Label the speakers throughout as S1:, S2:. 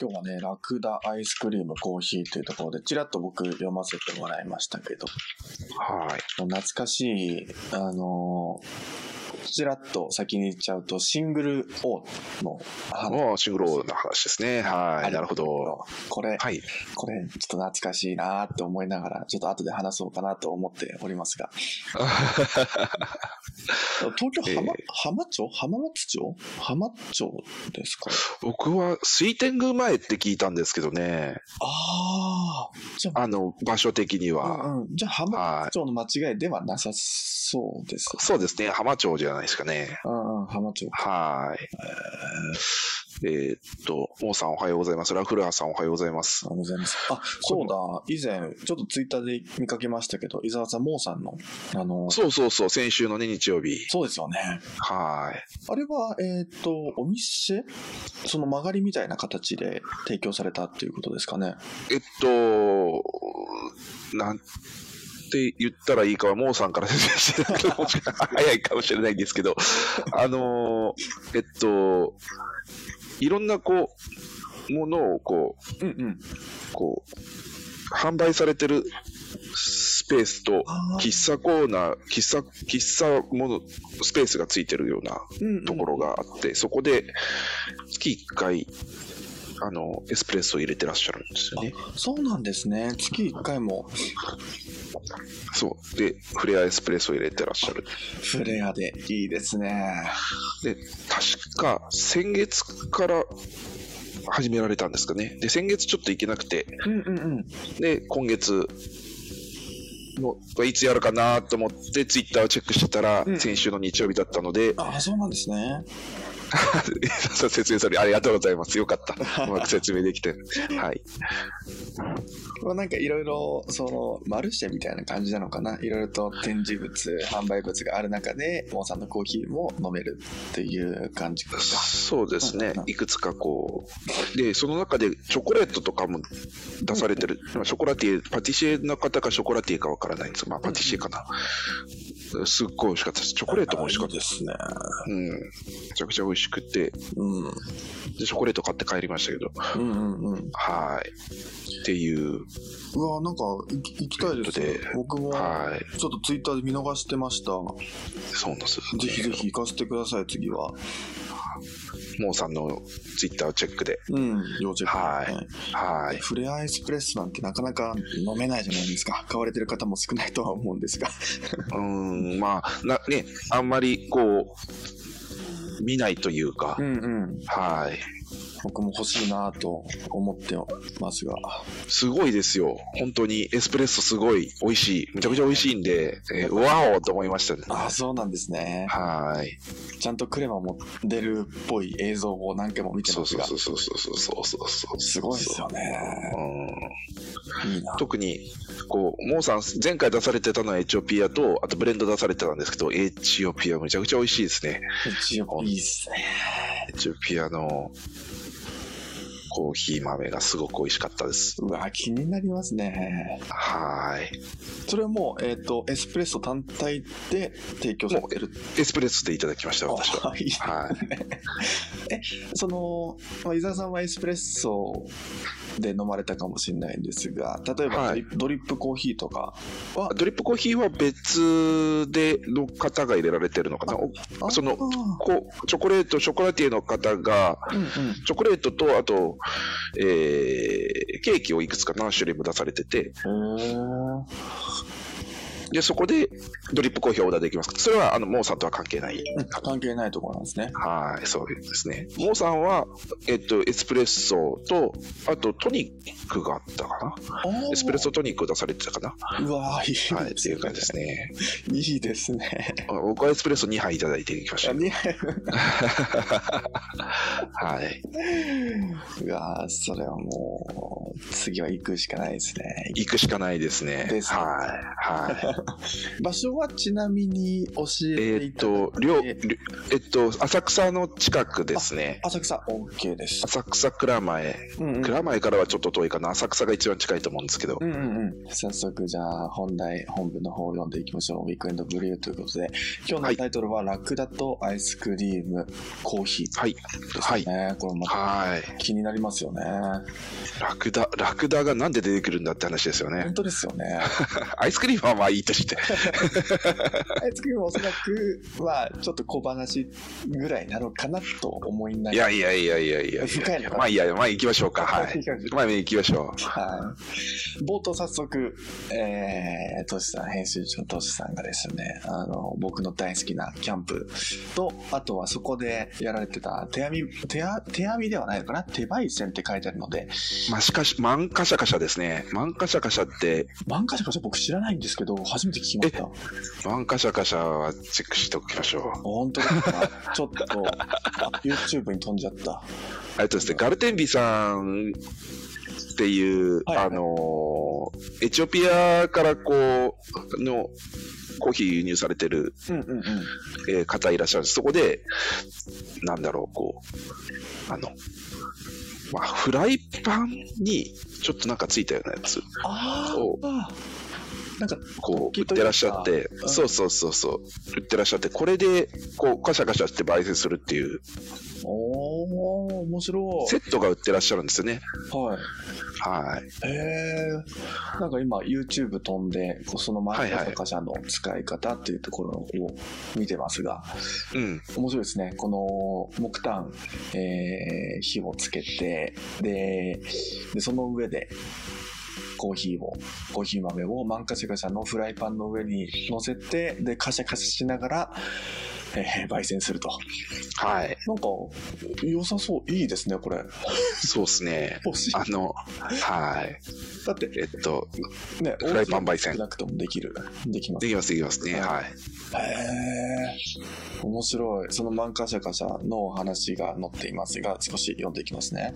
S1: 今日もね、ラクダアイスクリームコーヒーというところで、ちらっと僕読ませてもらいましたけど、
S2: はい。
S1: もう懐かしい、あのーちらっと先に言っちゃうと、シングル O の話。
S2: もうシングルオールの話ですね。はい。なるほど。。
S1: これ、
S2: はい。
S1: これ、ちょっと懐かしいなーって思いながら、ちょっと後で話そうかなと思っております が。東京浜、
S2: ええ
S1: 浜町浜松町浜町ですか
S2: 僕は水天宮前って聞いたんですけどね。
S1: ああ、じゃあ、
S2: あの、場所的には。
S1: うんうん、じゃあ浜
S2: は
S1: 町の間違いではなさそうです。
S2: い。そうですね。浜町じゃないですかね。
S1: うんうん、浜町。
S2: はい。えーっと、王さんおはようございます。ラフラーさんおはようございます
S1: ありが。とうございます。あ、そうだ、以前、ちょっとツイッターで見かけましたけど、伊沢さん、モーさんの、あの、
S2: そうそうそう、先週のね、日曜日。
S1: そうですよね。
S2: はい。
S1: あれは、えっ、と、お店その曲がりみたいな形で提供されたっていうことですかね。
S2: えっと、なんて言ったらいいかは、モーさんから説明してたけど、もしか早いかもしれないんですけど、あのー、えっと、いろんなこう、ものをこ
S1: うんうん。
S2: う、こう、販売されてるスペースと、
S1: あー
S2: 喫茶コーナー、喫茶、喫茶もの、スペースがついてるような
S1: うんうん
S2: ところがあって、そこで月1回、あの、エスプレッソを入れてらっしゃるんですよね。
S1: あそうなんですね。月1回も
S2: そう。で、フレアエスプレッソを入れてらっしゃる。
S1: フレアでいいですね。
S2: で、確か先月から始められたんですかね。で、先月ちょっと行けなくて、
S1: うんうんうん。
S2: で、今月の、いつやるかなと思って、ツイッターをチェックしてたら、
S1: うん
S2: 先週の日曜日だった ので、
S1: あ、そうなんですね。
S2: そう説明され、ありがとうございます。よかった。うまく説明で きて。はい。
S1: まあなんかいろいろ、その、マルシェみたいな感じなのかな。いろいろと展示物、販売物がある中で、モーさんのコーヒーも飲めるっていう感じか。
S2: そうですね
S1: うんうん。
S2: いくつかこう。で、その中でチョコレートとかも出されてる。まあショコラティエ、パティシエの方かショコラティエかわからないんですまあ、パティシエかな。すっごい美味しかったです。チョコレートも美味しかった。
S1: ですね。
S2: うん。めちゃくちゃ美味しくて。
S1: うん。うん
S2: で、チョコレート買って帰りましたけど。
S1: うんうん。
S2: はい。っていう。
S1: うわ、なんか行き行きたいですね
S2: ということで。
S1: 僕も、
S2: はい。
S1: ちょっとツイッターで見逃してました。
S2: そうなんです。
S1: ぜひぜひ行かせてください、次は。
S2: モーさんのツイッターをチェックで。
S1: うん、要チェック、
S2: はい
S1: ね
S2: はい。
S1: フレアエスプレッソなんてなかなか飲めないじゃないですか。買われてる方も少ないとは思うんですが。
S2: うーん、まあ、な、ね、あんまりこう、見ないというか、
S1: んうん。
S2: はい。
S1: 僕も欲しいなと思ってますが。
S2: すごいですよ。本当にエスプレッソすごい美味しい。めちゃくちゃ美味しいんで、えー、わおと思いましたね。
S1: ああ、そうなんですね。
S2: はい。
S1: ちゃんとクレマも出るっぽい映像を何回も見て
S2: そ
S1: ま
S2: う
S1: す
S2: そう
S1: が。
S2: そうそうそうそうそうそう。
S1: すごいですよね。
S2: うん
S1: いいな。
S2: 特に、こう、モーさん、前回出されてたのはエチオピアと、あとブレンド出されてたんですけど、エチオピアめちゃくちゃ美味しいですね。
S1: 一応いいっすね。
S2: エチオピアのコーヒー豆がすごく美味しかったです。
S1: うわ、気になりますね。
S2: はい。
S1: それはもう、えっ、と、エスプレッソ単体で提供されてる。
S2: エスプレッソでいただきました、私は。
S1: はい。
S2: はい。
S1: その、まあ、伊沢さんはエスプレッソで飲まれたかもしれないんですが、例えばド
S2: は
S1: リ,、
S2: い
S1: ドリップコーヒーとかは、
S2: ドリップコーヒーは別での方が入れられてるのかな。お
S1: あ
S2: その
S1: あー
S2: こうチョコレート、ショコラティエの方が、
S1: うんうん。
S2: チョコレートと、あと、えーケーキをいくつか何種類も出されてて、
S1: お
S2: で、そこでドリップコーヒーをオーダーできます。それは、あの、モーさんとは関係ない。
S1: 関係ないところなんですね。
S2: はい、そうですね。モーさんは、えっと、エスプレッソと、あと、トニックがあったかな。エスプレッソトニックを出されてたかな。
S1: うわーいいですね、
S2: はい、っていう感じですね。
S1: いいですね。
S2: あ僕はエスプレッソ2杯いただいていきまし
S1: あ
S2: た。
S1: ね
S2: はい。
S1: うわーそれはもう、次は行くしかないですね。
S2: 行くしかないですね。
S1: ですね
S2: はい。はい。
S1: 場所はちなみに教えて
S2: えーっ
S1: いただい
S2: と、
S1: て
S2: りょりょえっと、浅草の近くですね。
S1: 浅草 OK です。
S2: 浅草蔵前。
S1: うんうん
S2: 蔵前からはちょっと遠いかな。浅草が一番近いと思うんですけど
S1: う。んうんうん、早速じゃあ本題本文の方を読んでいきましょうウィークエンドブリューということで今日
S2: は
S1: の
S2: い
S1: タイトルは「ラクダとアイスクリームコーヒー」
S2: はい。はい。
S1: ね、これまた
S2: はい。
S1: 気になりますよね
S2: ラクダ、ラクダがなんで出てくるんだって話ですよね
S1: 本。当ですよね
S2: アイスクリームはまあいい として。
S1: アイスクリームはおそらくまあちょっと小話ぐらいなのかなと思いないがら
S2: やいやいやいやいや
S1: 深いのかな
S2: まあいいや、前行きましょうか。は
S1: 行
S2: い
S1: きましょ。う
S2: 前行きましょ
S1: はい、冒頭早速、えー、トシさん、編集長トシさんがですね、あの、僕の大好きなキャンプと、あとはそこでやられてた手編み、手あ手編みではないのかな手焙煎って書いてあるので、
S2: う。まあしかし、マンカシャカシャですね。マンカシャカシャって、
S1: 漫画しか僕知らないんですけど、初めて聞きました。
S2: マンカシャカシャはチェックしておきましょう。
S1: 本当ですかちょっと、あ YouTube に飛んじゃった。
S2: えっとですね、ガルテンビさんっていう、
S1: はいはい
S2: あのーエチオピアからこう、の、コーヒー輸入されてる、
S1: うんうんうん。
S2: えー方いらっしゃるんです。そこで、なんだろう、こう、あの、まあ、フライパンにちょっとなんかついたようなやつ
S1: あ
S2: お
S1: あ、なんか、
S2: こう売
S1: き
S2: っ
S1: っというか
S2: てらっしゃって、
S1: うん
S2: そうそうそうそう売ってらっしゃってこれでこうカシャカシャして焙煎するっていう
S1: おー、面白
S2: セットが売ってらっしゃるんですよね
S1: い。はい。
S2: はい
S1: へえなんか今 YouTube 飛んでこうそのマーケットカシャの使い方っていうところを見てますが、
S2: うん
S1: 面白いですねこの木炭、えー火をつけてででその上でコーヒーをコーヒー豆をマンカシャカシャのフライパンの上に乗せてでカシャカシャしながら、えー焙煎すると
S2: はい
S1: なんか良さそういいですねこれ
S2: そうっすね
S1: 欲しい
S2: あのはい
S1: だって
S2: えっと
S1: ね
S2: フライパン焙煎
S1: 少なくともできるできます
S2: できますできますねはい
S1: へー面白いそのマンカシャカシャのお話が載っていますが少し読んでいきますね、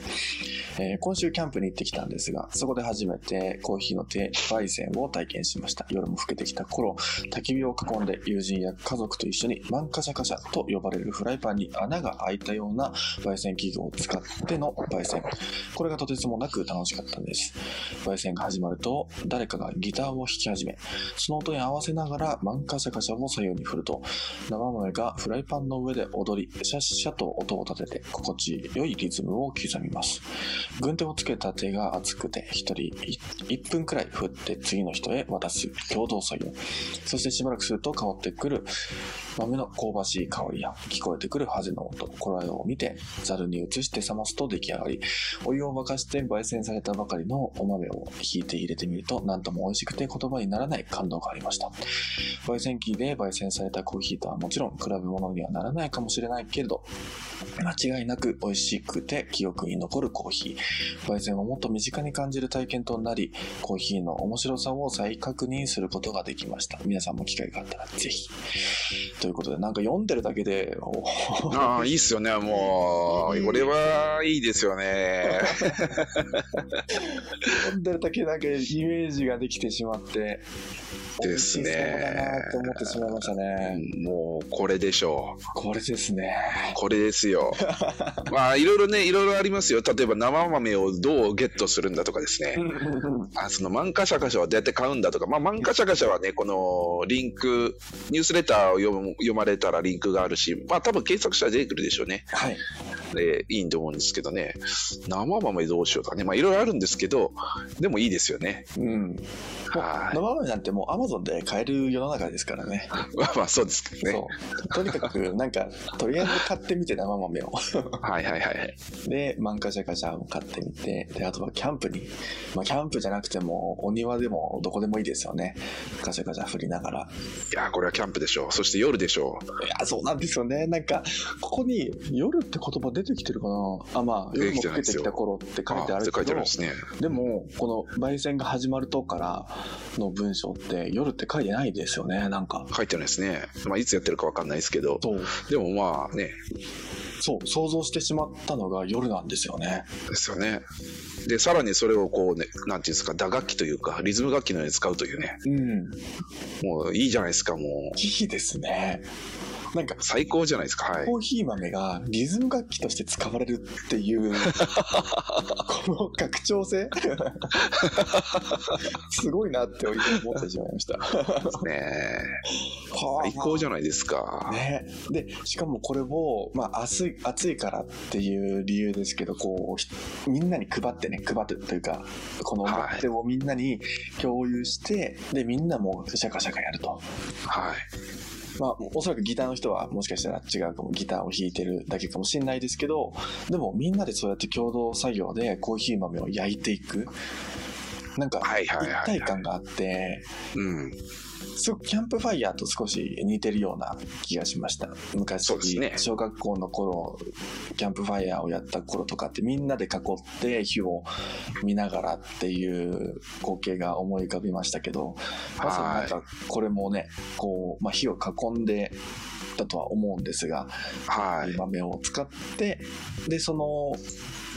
S1: えー今週キャンプに行ってきたんですがそこで初めてコーヒーの手焙煎を体験しました夜も更けてきた頃焚き火を囲んで友人や家族と一緒にマンカシャカシャと呼ばれるフライパンに穴が開いたような焙煎器具を使っての焙煎これがとてつもなく楽しかったんです焙煎が始まると誰かがギターを弾き始めその音に合わせながら、マンカシャカシャを左右に振ると、生豆がフライパンの上で踊り、シャッシャと音を立てて、心地よいリズムを刻みます。軍手をつけた手が熱くて、一人い1分くらい振って次の人へ渡す共同作業。そしてしばらくすると香ってくる豆の香ばしい香りや聞こえてくるハゼの音、これを見て、ざるに移して冷ますと出来上がり、お湯を沸かして焙煎されたばかりのお豆を引いて入れてみると何とも美味しくて言葉にならない感動がありました焙煎機で焙煎されたコーヒーとはもちろん比べ物にはならないかもしれないけれど間違いなく美味しくて記憶に残るコーヒー焙煎をもっと身近に感じる体験となりコーヒーの面白さを再確認することができました皆さんも機会があったらぜひということでなんか読んでるだけでお
S2: ああいいっすよねも
S1: いいう
S2: これはいいですよね
S1: 飲んでるだけなんかイメージができてしまって
S2: ですね
S1: 美味しそうだなと思ってしまいましたね、
S2: もうこれでしょう
S1: これですね
S2: これですよまあいろいろねいろいろありますよ例えば生豆をどうゲットするんだとかですねあそのマンカシャカシャはどうやって買うんだとか、まあ、マンカシャカシャはね、このリンク、ニュースレターを読む読まれたらリンクがあるし、まあ多分検索したら出てくるでしょうね。
S1: はい
S2: でいいと思うんですけどね、生豆どうしようとかね、まあいろいろあるんですけど、でもいいですよね。
S1: うん
S2: はい。
S1: 生豆なんてもうアマゾンで買える世の中ですからね
S2: まあまあそうですけどね。
S1: そうとにかくなんかとりあえず買ってみて生豆を
S2: はいはいはい。
S1: でマンカシャカシャも買ってみてであとはキャンプに、まあ、キャンプじゃなくてもお庭でもどこでもいいですよねカシャカシャ振りながら
S2: いや、これはキャンプでしょう。そして夜でしょう。
S1: いやそうなんですよねなんかここに「夜」って言葉出ててきてるかなあまあ
S2: 出
S1: 夜
S2: て
S1: も更
S2: きてな
S1: け
S2: いで
S1: て
S2: すよ
S1: きた頃って書いてあ
S2: あ
S1: る
S2: 書
S1: け
S2: いて
S1: ど
S2: あるんですね。
S1: でもこの焙煎が始まるとからの文章って夜って書いてないですよねなんか
S2: 書いてないですね。まあ、いつやってるかわかんないですけど、
S1: そう
S2: でもまあね、
S1: そう想像してしまったのが夜なんですよね
S2: ですよね。で、さらにそれをこうね、なんていうんですか、打楽器というか、リズム楽器のように使うというね、
S1: うん
S2: もういいじゃないですか、もう、
S1: いいですねなんか
S2: 最高じゃないですか、はい。
S1: コーヒー豆がリズム楽器として使われるっていうこ の拡張性 すごいなって思ってしまいました
S2: ね最
S1: 最
S2: 高じゃないですか。
S1: ね、でしかもこれを、まあ、暑い暑いからっていう理由ですけどこうひみんなに配ってね配ってというかこの思
S2: はい
S1: っ手をみんなに共有して、でみんなもうシャカシャカやると、
S2: はい。
S1: まあ、おそらくギターの人はもしかしたら違うかもギターを弾いてるだけかもしれないですけどでもみんなでそうやって共同作業でコーヒー豆を焼いていくなんか
S2: はいは
S1: 一
S2: いはい、
S1: 体
S2: はい。
S1: 感があって
S2: うん。
S1: すごくキャンプファイヤーと少し似てるような気がしました昔
S2: そうですね
S1: 小学校の頃キャンプファイヤーをやった頃とかってみんなで囲って火を見ながらっていう光景が思い浮かびましたけどまさになんかこれもねこう、まあ、火を囲んでだとは思うんですが、
S2: はい。
S1: 豆を使ってでその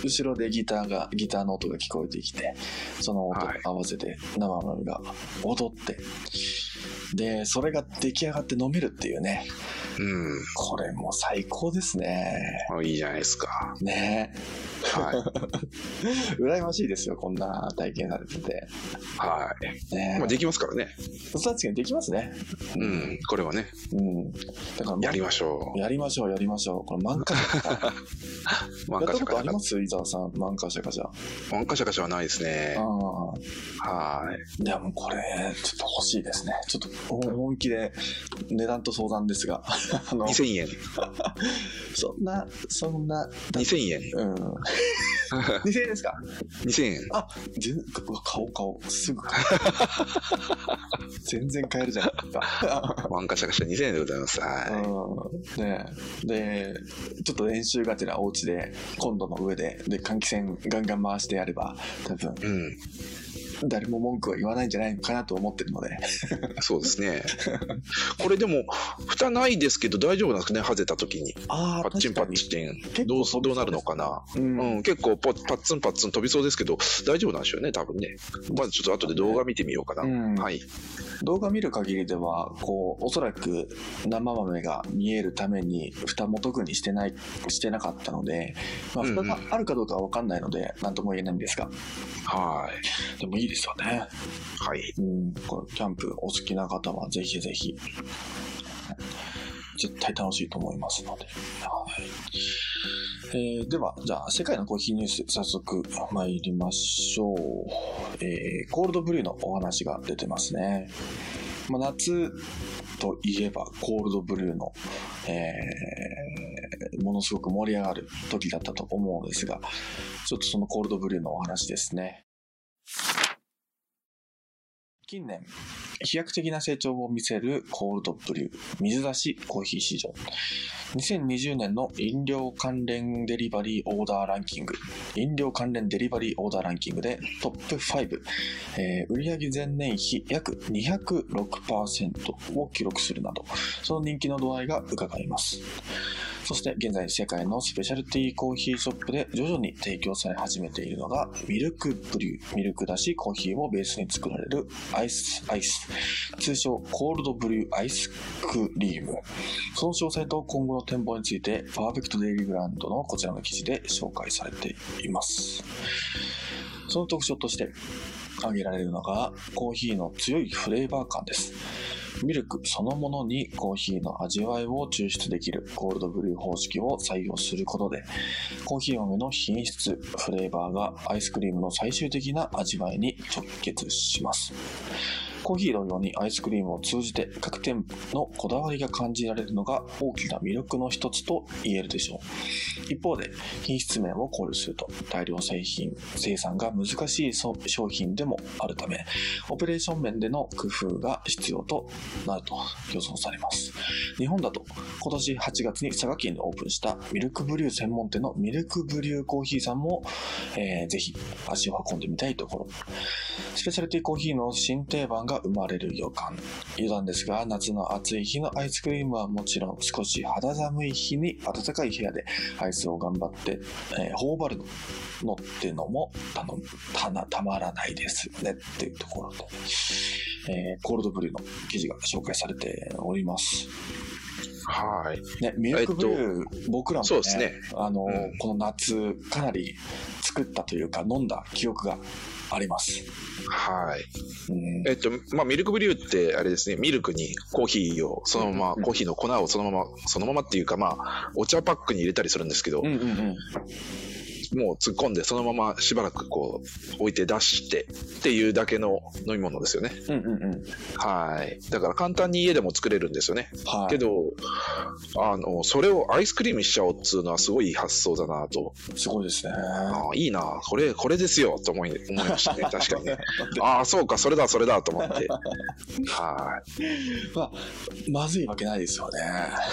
S1: 後ろでギターがギターの音が聞こえてきてその音と合わせて生豆が踊って、でそれが出来上がって飲めるっていうね
S2: うん。
S1: これも最高ですね
S2: あいいじゃないですか。
S1: ね
S2: は
S1: え羨ましいですよこんな体験されてて
S2: い。はい。
S1: ねえ
S2: まあ、できますからね。
S1: 確かにできますね
S2: うん。これはね、
S1: うんだから
S2: やりましょ
S1: やりましょうやりましょうこれ満開
S2: う。 マ
S1: や
S2: ン
S1: った
S2: カシャ
S1: こ
S2: カ
S1: とあ
S2: シ
S1: ります
S2: ャ
S1: 伊沢さん満開シャカシャあ
S2: カ。マンカシャカシャはないですね。
S1: あ
S2: はい
S1: や、もうこれ、ちょっと欲しいですね。ちょっと、ほん本気で、値段と相談ですが、 あ
S2: い。
S1: の、
S2: 2000円。
S1: そんな、そんな、だ
S2: 2000円。
S1: うん。2000円ですか
S2: 2000円。
S1: 全うわ買おう買おう。すぐ買おう。全然買えるじゃ ないですか。
S2: マンカシャカシャ2000円でございます。は
S1: うん。ねえで、ちょっと練習がてらお家で、今度の上で、で、換気扇ガンガン回してやれば、多分、
S2: い。うん。
S1: 誰も文句は言わないんじゃないのかなと思ってるので。
S2: そうですね。これでも、蓋ないですけど大丈夫なんですかね、外れた時に。
S1: あ
S2: パ
S1: あ、
S2: ッチ
S1: 確
S2: ンパ
S1: か
S2: ッ
S1: に。
S2: チン。
S1: 結構
S2: どうすどうなるのかな。
S1: う。
S2: うんん、結構ポパッツンパッツン飛びそうですけど、大丈夫なんでしょうね、多分ね。まずちょっと後で動画見てみようかな。
S1: うん
S2: はい。
S1: 動画見る限りではこうおそらく生豆が見えるために蓋も特にしてないしてなかったので、まあ、
S2: うん
S1: 蓋
S2: うん
S1: があるかどうかは分かんないので何とも言えないんですが
S2: は
S1: でもいいですよね、
S2: い。はい。
S1: うん、これキャンプお好きな方はぜひぜひ絶対楽しいと思いますので、はいえーではじゃあ世界のコーヒーニュース早速参りましょう、えーコールドブリューのお話が出てますねまあ、夏といえばコールドブルーの、えーものすごく盛り上がる時だったと思うんですがちょっとそのコールドブルーのお話ですね近年飛躍的な成長を見せるコールドブリュー水出しコーヒー市場2020年の飲料関連デリバリーオーダーランキング飲料関連デリバリーオーダーランキングでトップ5えー売上前年比約206%を記録するなど、その人気の度合いが伺えます。そして現在世界のスペシャルティーコーヒーショップで徐々に提供され始めているのがミルクブリュー、ミルクだしコーヒーをベースに作られるアイスアイス、通称コールドブリューアイスクリーム。その詳細と今後の展望についてパーフェクトデイリーブランドのこちらの記事で紹介されています。その特徴として、挙げられるのがコーヒーの強いフレーバー感ですミルクそのものにコーヒーの味わいを抽出できるコールドブリュー方式を採用することでコーヒー豆の品質フレーバーがアイスクリームの最終的な味わいに直結しますコーヒーのようにアイスクリームを通じて各店舗のこだわりが感じられるのが大きな魅力の一つと言えるでしょう。一方で、品質面を考慮すると大量製品生産が難しい商品でもあるため、オペレーション面での工夫が必要となると予想されます。日本だと今年8月に佐賀県でオープンしたミルクブリュー専門店のミルクブリューコーヒーさんも、えーぜひ足を運んでみたいところ。スペシャリティコーヒーの新定番が生まれる予感。余談ですが、夏の暑い日のアイスクリームはもちろん少し肌寒い日に暖かい部屋でアイスを頑張って、えー頬張るのってのもたのたなたまらないですねっていうところで、えーコールドブリューの記事が紹介されております。
S2: はい。
S1: ね、ミルクブリュー、僕らもね
S2: そうですね
S1: あの、
S2: うん
S1: この夏かなり作ったというか飲んだ記憶があります。
S2: はい。
S1: うん
S2: えっと、まあ、ミルクブリューって、あれですね、ミルクにコーヒーを、そのまま、コーヒーの粉をそのまま、そのままっていうか、まあ、お茶パックに入れたりするんですけど、
S1: うんうんうん
S2: もう突っ込んで、そのまましばらくこう、置いて出してっていうだけの飲み物ですよね。
S1: うんうんうん。
S2: はい。だから簡単に家でも作れるんですよね。
S1: はい。
S2: けど、あの、それをアイスクリームにしちゃおうっつうのはすごいいい発想だなと。
S1: すごいですね。
S2: ああ、いいな。これ、これですよと思い、思いましたね。確かにね。ああ、そうか、それだ、それだと思って。はい。
S1: まずいわけないですよね。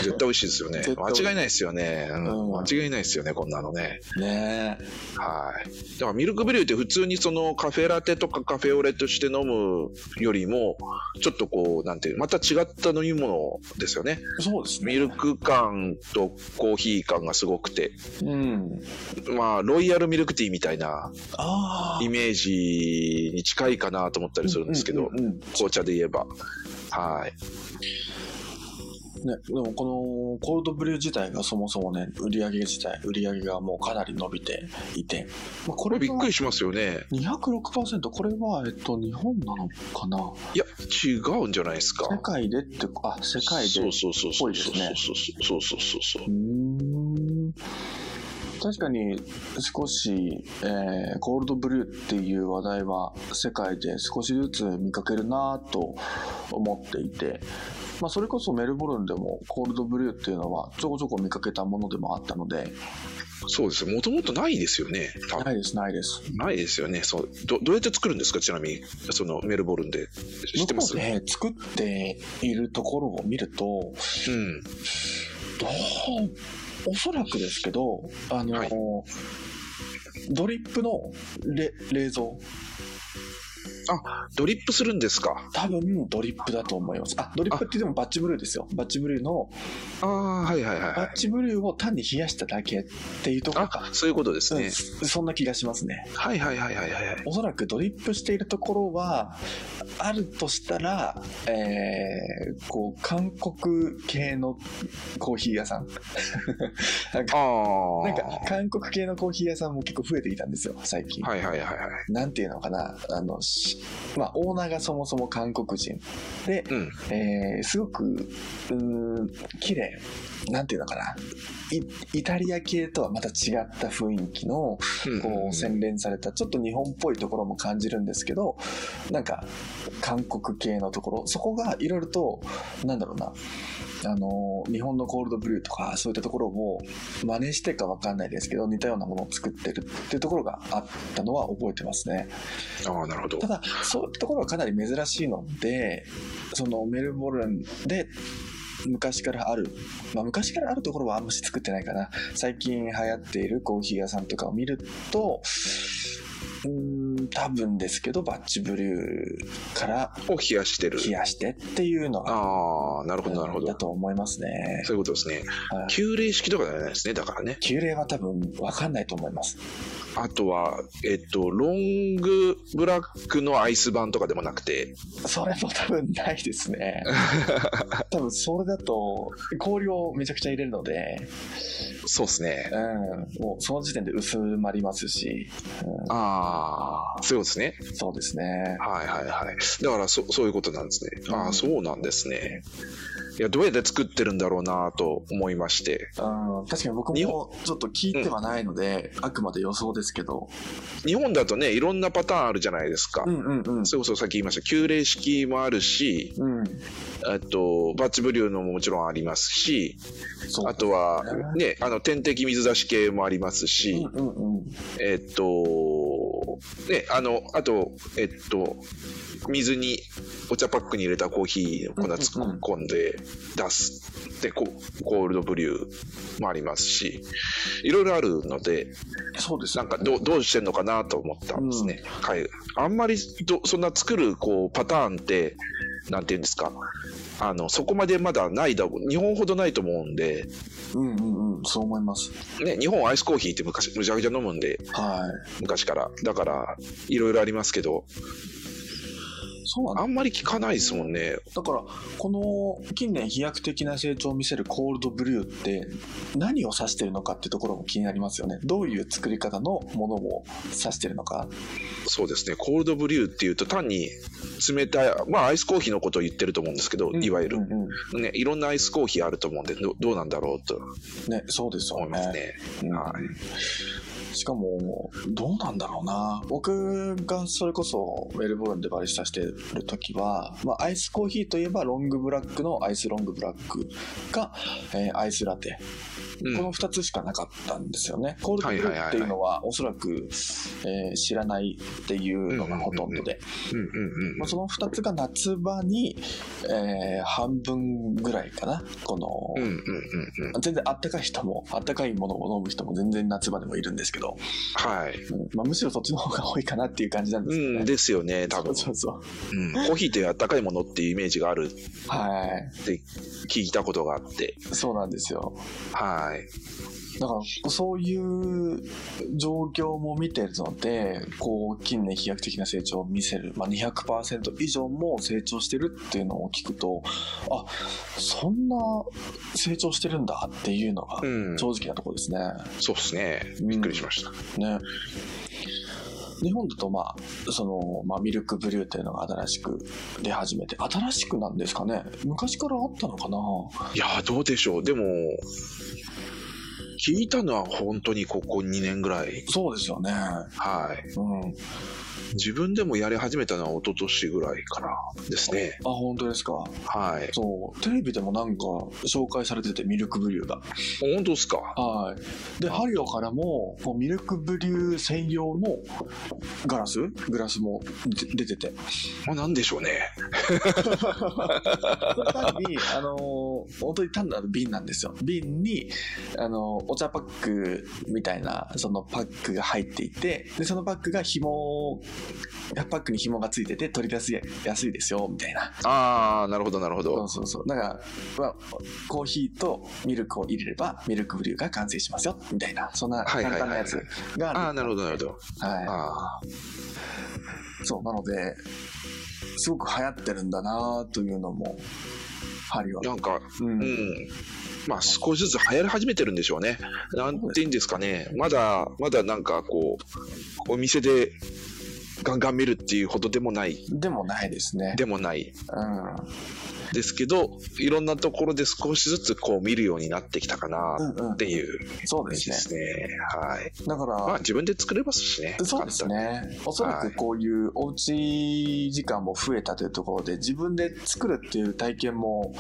S2: 絶対美味しいですよね
S1: 絶。対美味しい
S2: 間違いないですよね、うん
S1: うん
S2: 間違いないですよね、こんなのね。
S1: ね
S2: はい。だからミルクブリューって普通にそのカフェラテとかカフェオレとして飲むよりも、ちょっとこう、なんていう、また違った飲み物ですよね。
S1: え。そうですね。
S2: ミルク感とコーヒー感がすごくて、
S1: うん。
S2: まあ、ロイヤルミルクティーみたいな
S1: ああ。
S2: イメージに近いかなと思ったりするんですけど、
S1: ううんうんうん
S2: 紅茶で言えば。はい。
S1: ね、でもこのコールドブリュー自体がそもそもね、売り上げ自体、売り上げがもうかなり伸びていて、まあ、こ
S2: これ
S1: れ
S2: びっく
S1: り
S2: りしますよね。
S1: 206%、これは、えっと、日本なのかない
S2: や、違うんじゃないですか。
S1: 世界でって、あ、世界で。
S2: そううそうそう
S1: ぽい
S2: そ
S1: うで
S2: そ
S1: す
S2: う
S1: ね
S2: そうそうそうそう
S1: ーん。確かに少し、えーコールドブリューっていう話題は世界で少しずつ見かけるなぁと思っていて、まあ、それこそメルボルンでもコールドブリューっていうのはちょこちょこ見かけたものでもあったので、
S2: そうですもともとないですよね多分
S1: ないです、ないです。
S2: ないですよねそうどどうやって作るんですかちなみにそのメルボルンで知ってます
S1: 向こうで作っているところを見ると、ど
S2: うん
S1: う、おそらくですけど、あの、
S2: はい
S1: ドリップのれ冷蔵、
S2: ドリップするんですか
S1: 多分ドリップだと思います。あ、ドリップってでもバッチブルーですよ。バッチブルーの、
S2: ああはいはいはいは
S1: バ
S2: い
S1: ッチブルーを単に冷やしただけっていうところか
S2: あ。そういうことです
S1: うん
S2: ね、
S1: そんな気がしますね。
S2: はいはいはいはいはいはい
S1: おそらくドリップしているところは、あるとしたら、えー、こう、韓国系のコーヒー屋さん。
S2: ああ
S1: なんか韓国系のコーヒー屋さんも結構増えてきたんですよ最近、
S2: はいはいはいはい
S1: なんていうのかなあの、しまあ、オーナーがそもそも韓国人で、
S2: うん
S1: えーすごくうーん綺麗なんていうのかないイタリア系とはまた違った雰囲気の
S2: うん
S1: こう洗練されたちょっと日本っぽいところも感じるんですけどなんか韓国系のところそこがいろいろとなんだろうなあの日本のコールドブリューとかそういったところを真似してかわかんないですけど似たようなものを作ってるっていうところがあったのは覚えてますね
S2: ああなるほど
S1: ただそういうところはかなり珍しいのでそのメルボルンで昔からある、まあ、昔からあるところはあんまし作ってないかな最近流行っているコーヒー屋さんとかを見るとうーん多分ですけどバッチブリューから
S2: を冷やしてる
S1: 冷やしてっていうのが
S2: ああなるほどなるほ
S1: だ
S2: ど
S1: と思いますね
S2: そういうことですね
S1: はい
S2: 急冷式とかじゃないですねだからね
S1: 急冷は多分分かんないと思います
S2: あとは、えっと、ロングブラックのアイス版とかでもなくて、
S1: それも多分ないです ね多分それだと氷をめちゃくちゃ入れるので
S2: そうですね。
S1: うん、もうその時点で薄まりますし、
S2: ああ、そういうことですね。
S1: そうですね。
S2: はいはいはい。だからそ、そういうことなんですね。あ
S1: うん
S2: あ、そうなんですね。いや、どうやって作ってるんだろうなと思いまして。
S1: うん、確かに僕
S2: 日
S1: もちょっと聞いてはないので、あくまで予想でですけど。
S2: 日本だとね、いろんなパターンあるじゃないですか。
S1: うんうんうん。
S2: それこそさっき言いました、旧礼式もあるし、
S1: うん。
S2: あと、バッチブリューのももちろんありますし、
S1: そう
S2: あとは、ね、あの、点滴水出し系もありますし、
S1: うんうんうん。
S2: えっと、ね、あの、あと、えっと、水にお茶パックに入れたコーヒーを粉
S1: う
S2: 突
S1: んうんう
S2: っ
S1: ん
S2: 込んで出す。で、ココールドブリューもありますし、いろいろあるので、
S1: そうです
S2: な
S1: ね
S2: んかどうどうしてんのかなと思ったんですね。はい。あんまりどそんな作るこうパターンって、なんていうんですか、あの、そこまでまだないだ、日本ほどないと思うんで、
S1: うんうんうん。そう思います。
S2: ね、日本アイスコーヒーって昔、むちゃくちゃ飲むんで、
S1: は
S2: 昔から。だから、いろいろありますけど、
S1: い。そうなんだ
S2: あんまり聞かないですもんね。
S1: だから、この近年飛躍的な成長を見せるコールドブリューって何を指してるのかっていうところも気になりますよね。どういう作り方のものを指してるのか。
S2: そうですね。コールドブリューっていうと、単に冷たい、まあ、アイスコーヒーのことを言ってると思うんですけど、いわゆる
S1: う。んうん
S2: ね、いろんなアイスコーヒーあると思うんで、どどうなんだろうと
S1: ね、そうですよ
S2: 思いますね。
S1: うん
S2: は
S1: しかも、どうなんだろうな。僕がそれこそウェルボルンでバリスタしてる時は、まあ、アイスコーヒーといえばロングブラックのアイスロングブラックか、えーアイスラテ。
S2: うん
S1: この2つしかなかったんですよね。コールドブリューっていうのはおそらく、えー知らないっていうのがほとんどで、
S2: うんうんうん
S1: まあ、その2つが夏場に、えー半分ぐらいかな。この、
S2: うんうんうんうん。
S1: 全然あったかい人も、あったかいものを飲む人も全然夏場でもいるんですけど、
S2: はい。
S1: うんまあ、むしろそっちの方が多いかなっていう感じなんで
S2: う
S1: すけどね。
S2: ん、ですよね、多分。
S1: そうそう
S2: うんコーヒーってあったかいものっていうイメージがあるっ
S1: そう。はい。
S2: て聞いたことがあって。
S1: そうなんですよ。
S2: はい。
S1: だから、そういう状況も見てるので、こう、近年飛躍的な成長を見せる、まあ、200%以上も成長してるっていうのを聞くと、あ、そんな成長してるんだっていうのが、
S2: うん。
S1: 正直なところですね。
S2: そうですね。
S1: うん
S2: びっくりしました。
S1: ね。日本だと、まあ、その、まあ、ミルクブリューっていうのが新しく出始めて、新しくなんですかね昔からあったのかない
S2: やー、どうでしょう。でも、聞いたのは本当にここ2年ぐらい。
S1: そうですよね。
S2: はい。
S1: うん。あ、
S2: 自分でもやり始めたのは一昨年ぐらいかな。ですね。
S1: 本当ですか。
S2: はい。
S1: そう。テレビでもなんか紹介されてて、ミルクブリューが。
S2: 本当ですか
S1: はい。で、ハリオからも、こうミルクブリュー専用のガラスグラスもで出てて。
S2: まあ、なんでしょうね。
S1: それ単に、あのー本当に単なる瓶なんですよ。瓶に、あのーお茶パックみたいな、そのパックが入っていて、で、そのパックが紐を、パックに紐がついてて取り出しやすいですよ、みたいな。
S2: あー、なるほど、なるほ
S1: そ
S2: ど
S1: う。そうそう。だから、まあ、コーヒーとミルクを入れれば、ミルクブリューが完成しますよ、みたいな、そんな
S2: は
S1: 簡
S2: いはいはい
S1: 単なやつが
S2: あ
S1: あ
S2: ー、なるほど、なるほど。
S1: る。はい。
S2: あ
S1: そう、なので、すごく流行ってるんだなというのも、ハリは
S2: ー、。なんか、
S1: う。
S2: うんん。まあ少しずつ流行り始めてるんでしょうね。なんていうんですかね。まだ、まだなんかこう、お店でガンガン見るっていうほどでもない、
S1: でもないですね。
S2: でもな
S1: う
S2: い
S1: ん。
S2: ですけど、いろんなところで少しずつこう見るようになってきたかな
S1: うんうん
S2: っていう
S1: そう
S2: 感
S1: で
S2: じ
S1: す
S2: で
S1: ね。
S2: すね。はい。
S1: だから、
S2: まあ自分で作れますしね。
S1: そうですね。おそらくこういうおうち時間も増えたというところで、自分で作るっていう体験も、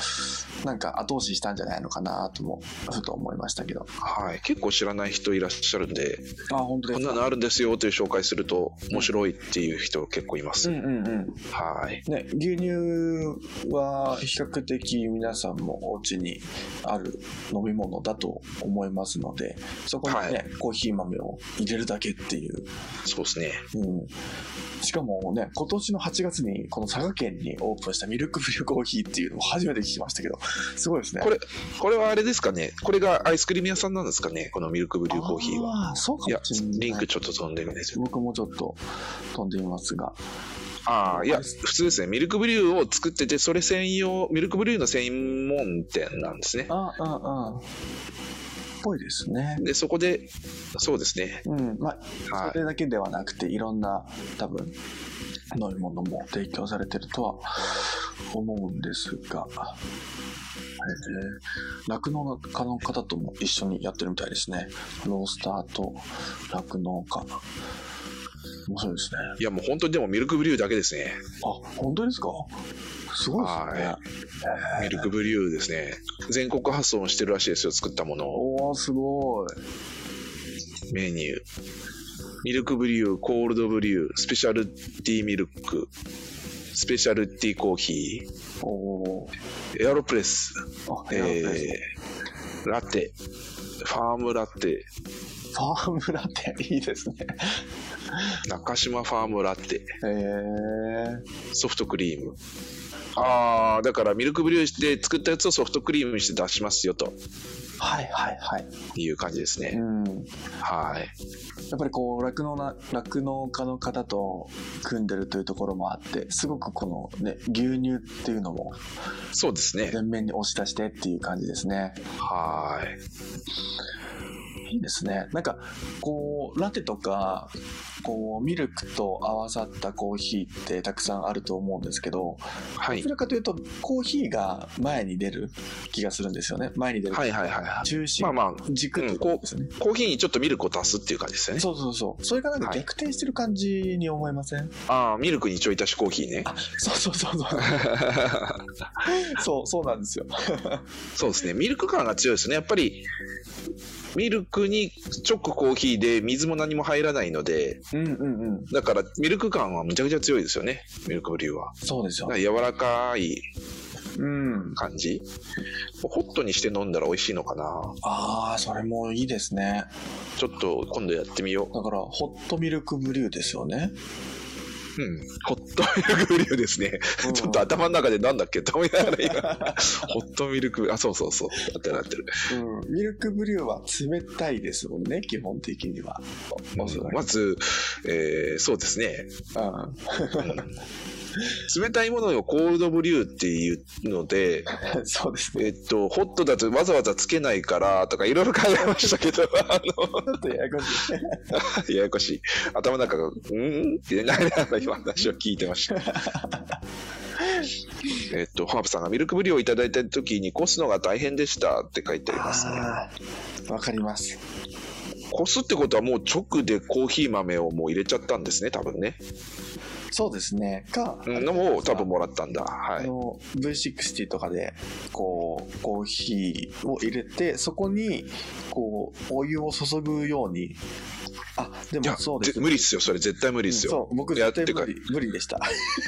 S1: なんか後押ししたんじゃないのかなとも、ふと思いましたけど。
S2: 簡単に。はい。結構知らない人いらっしゃるんで、
S1: あ、本当で
S2: こん
S1: す
S2: な
S1: か。
S2: のあるんですよという紹介すると面白いっていう人結構いま
S1: う
S2: す。
S1: んうんうん。
S2: はい。
S1: ね、牛乳は比較的皆さんもお家にある飲み物だと思いますので、そこにね、
S2: はい
S1: コーヒー豆を入れるだけっていう。
S2: そうですね。
S1: うん。しかもね、今年の8月にこの佐賀県にオープンしたミルクブリューコーヒーっていうのを初めて聞きましたけど、すごいですね。
S2: これ、これはあれですかね。これがアイスクリーム屋さんなんですかね。このミルクブリューコーヒーは。
S1: あーそうか
S2: いや
S1: もしれな、い。
S2: リンクちょっと飛んでみないです
S1: 僕もちょっと飛んでみますが。
S2: ああ、いや、普通ですね。ミルクブリューを作ってて、それ専用、ミルクブリューの専門店なんですね。
S1: あ、うんうん。っぽいですね。
S2: で、そこで、そうですね。
S1: うん。まあ、
S2: は
S1: それだけではなくて、いろんな、多分、飲み物も提供されてるとは思うんですが、酪農家の方とも一緒にやってるみたいですね。ロースターと酪農家。面白いですね。
S2: いや、もう本当にでもミルクブリューだけですね。
S1: あ、本当ですかすごいですね。
S2: ミルクブリューですね。全国発送してるらしいですよ、作ったものを。
S1: おー、すごい。
S2: メニュー。ミルクブリュー、コールドブリュー、スペシャルティーミルク、スペシャルティーコーヒ
S1: おー。
S2: ー、エアロプレス、
S1: あ、
S2: え
S1: えー、
S2: ーラテ、ファームラテ、
S1: ファームラテ、いいですね。
S2: 中島ファームラテ、
S1: へえ
S2: ソフトクリーム。ああ、だからミルクブリューして作ったやつをソフトクリームにして出しますよと
S1: はいはいはい。
S2: いう感じです
S1: う
S2: ね。
S1: ん。
S2: はい。
S1: やっぱりこう、酪農な、酪農家の方と組んでるというところもあって、すごくこのね、牛乳っていうのも
S2: そうですね。
S1: 全面に押し出してっていう感じですね。
S2: はい。
S1: いいですね。なんか、こう、ラテとか、こう、ミルクと合わさったコーヒーってたくさんあると思うんですけど、
S2: はい
S1: どち。らかというと、コーヒーが前に出る気がするんですよね。前に出る。
S2: はいはいはいは
S1: 中
S2: い。
S1: 心、
S2: まあまあ、
S1: 軸ってことですよね。
S2: コーヒーにちょっとミルクを足すっていう感じですよね。
S1: そうそうそう。それがなんか
S2: はい
S1: 逆転してる感じに思いません、
S2: ああ、ミルクにちょい足しコーヒーね。
S1: あ、そうそうそうそう。そう、そうなんですよ。
S2: そうですね。ミルク感が強いですね。やっぱり、ミルクに直コーヒーで水も何も入らないので、
S1: うんうんうん。
S2: だからミルク感はむちゃくちゃ強いですよね。ミルクブリューは。
S1: そうです
S2: だ
S1: よ
S2: か。ら柔らかい
S1: うん。
S2: 感じ。ホットにして飲んだら美味しいのかな。
S1: ああ、それもいいですね。
S2: ちょっと今度やってみよ
S1: だから、ホットミルクブリューですよね。
S2: う。うん。ホットミルクブリューですね。ちょっと頭の中でなんだっけと思いながら 今。ホットミルク、あ、そうそうそう。なってるなってる。
S1: うん、ミルクブリューは冷たいですもんね、基本的には。おそらく
S2: まず、えーそうですね。
S1: うん。
S2: 冷たいものをコールドブリューっていうので、
S1: そうですね。
S2: えっと、ホットだとわざわざつけないからとかいろいろ考えましたけど、あ
S1: ちょっとややこしい。
S2: の、ややこしい。頭の中が、んーってなりながら今話を聞いてました。 えっと、ハープさんがミルクブリューをいただいた時にこすのが大変でしたって書いてありますね。
S1: あーわかります。
S2: こすってことはもう直でコーヒー豆をもう入れちゃったんですね、多分ね。
S1: そうですね。か、
S2: うんのも多分もらったんだ。は
S1: あ
S2: い。
S1: の V60 とかでこうコーヒーを入れてそこにこうお湯を注ぐようにあで
S2: いや
S1: もそうで
S2: ぜ
S1: す
S2: 無理っすよ、それ絶対無理っすよ。
S1: そう僕
S2: や
S1: 絶
S2: って
S1: 対
S2: か
S1: 無理無理でした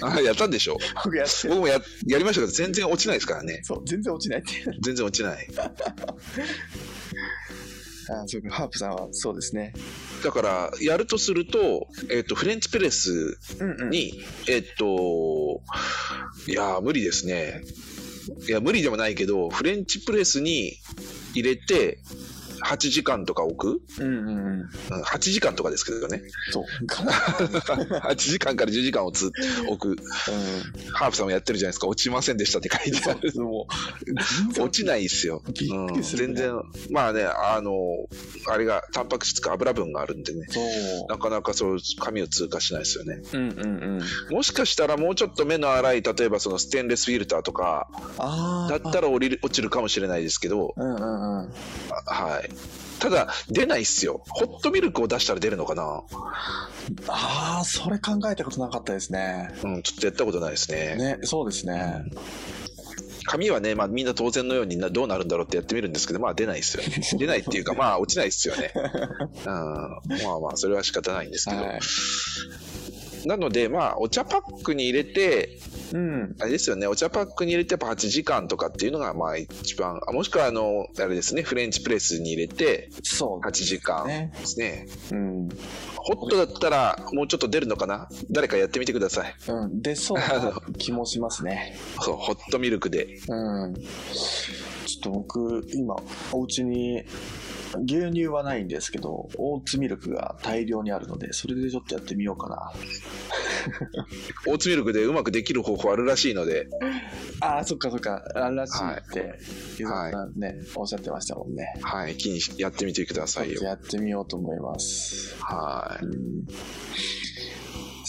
S2: あやったんでしょ
S1: 僕やって
S2: 僕もややりましたけど全然落ちないですからね
S1: そう全然落 ちないっていう
S2: 全然落ちない
S1: あそうかハープさんはそうですね
S2: だからやるとすると,、えっとフレンチプレス
S1: うんうん
S2: にえっ、といやー無理ですねいや無理でもないけどフレンチプレスに入れて8時間とか置く、
S1: うんうんうん
S2: うん、8時間とかですけどね
S1: そうかな、
S2: 8時間から10時間をつ置くハープさんもやってるじゃないですか落ちませんでしたって書いてある
S1: うん、もう
S2: 落ちないですよ。
S1: びっくりする
S2: うん全然、まあね、あの、あれが、タンパク質か油分があるんでね、
S1: そ
S2: なかなかそう、紙を通過しないですよね。
S1: ううんうんうん
S2: もしかしたらもうちょっと目の粗い、例えばそのステンレスフィルターとか、
S1: ああ
S2: だったら降りる落ちるかもしれないですけど、
S1: うんうんうん
S2: あはい。ただ、出ないっすよ。ホットミルクを出したら出るのかな
S1: ああそれ考えたことなかったですね
S2: うん、ちょっとやったことないですね。
S1: ねそうですね
S2: 紙はね、まあみんな当然のようになどうなるんだろうってやってみるんですけど、まあ出ないっすよね。出ないっていうか、まあ落ちないっすよね。うん、まあまあ、それは仕方ないんですけど。
S1: はい
S2: なので、まあ、お茶パックに入れて、
S1: うん
S2: あれですよね、お茶パックに入れて、やっぱ8時間とかっていうのが、まあ、一番、あもしくは、あの、あれですね、フレンチプレスに入れて、
S1: そう
S2: 8時間で
S1: ね。
S2: すね。
S1: うん。
S2: ホットだったら、もうちょっと出るのかな誰かやってみてください。
S1: うん。出そうな気もしますね。
S2: そう、ホットミルクで。
S1: うん。ちょっと僕、今、お家に、牛乳はないんですけど、オーツミルクが大量にあるので、それでちょっとやってみようかな。
S2: オーツミルクでうまくできる方法あるらしいので、
S1: ああ、そっかそっか、あらしいって、ゆず
S2: はい
S1: さんね、おっしゃってましたもんね。
S2: はい、気にやってみてください
S1: ちょっと
S2: よ。
S1: やってみようと思います。
S2: は
S1: うん。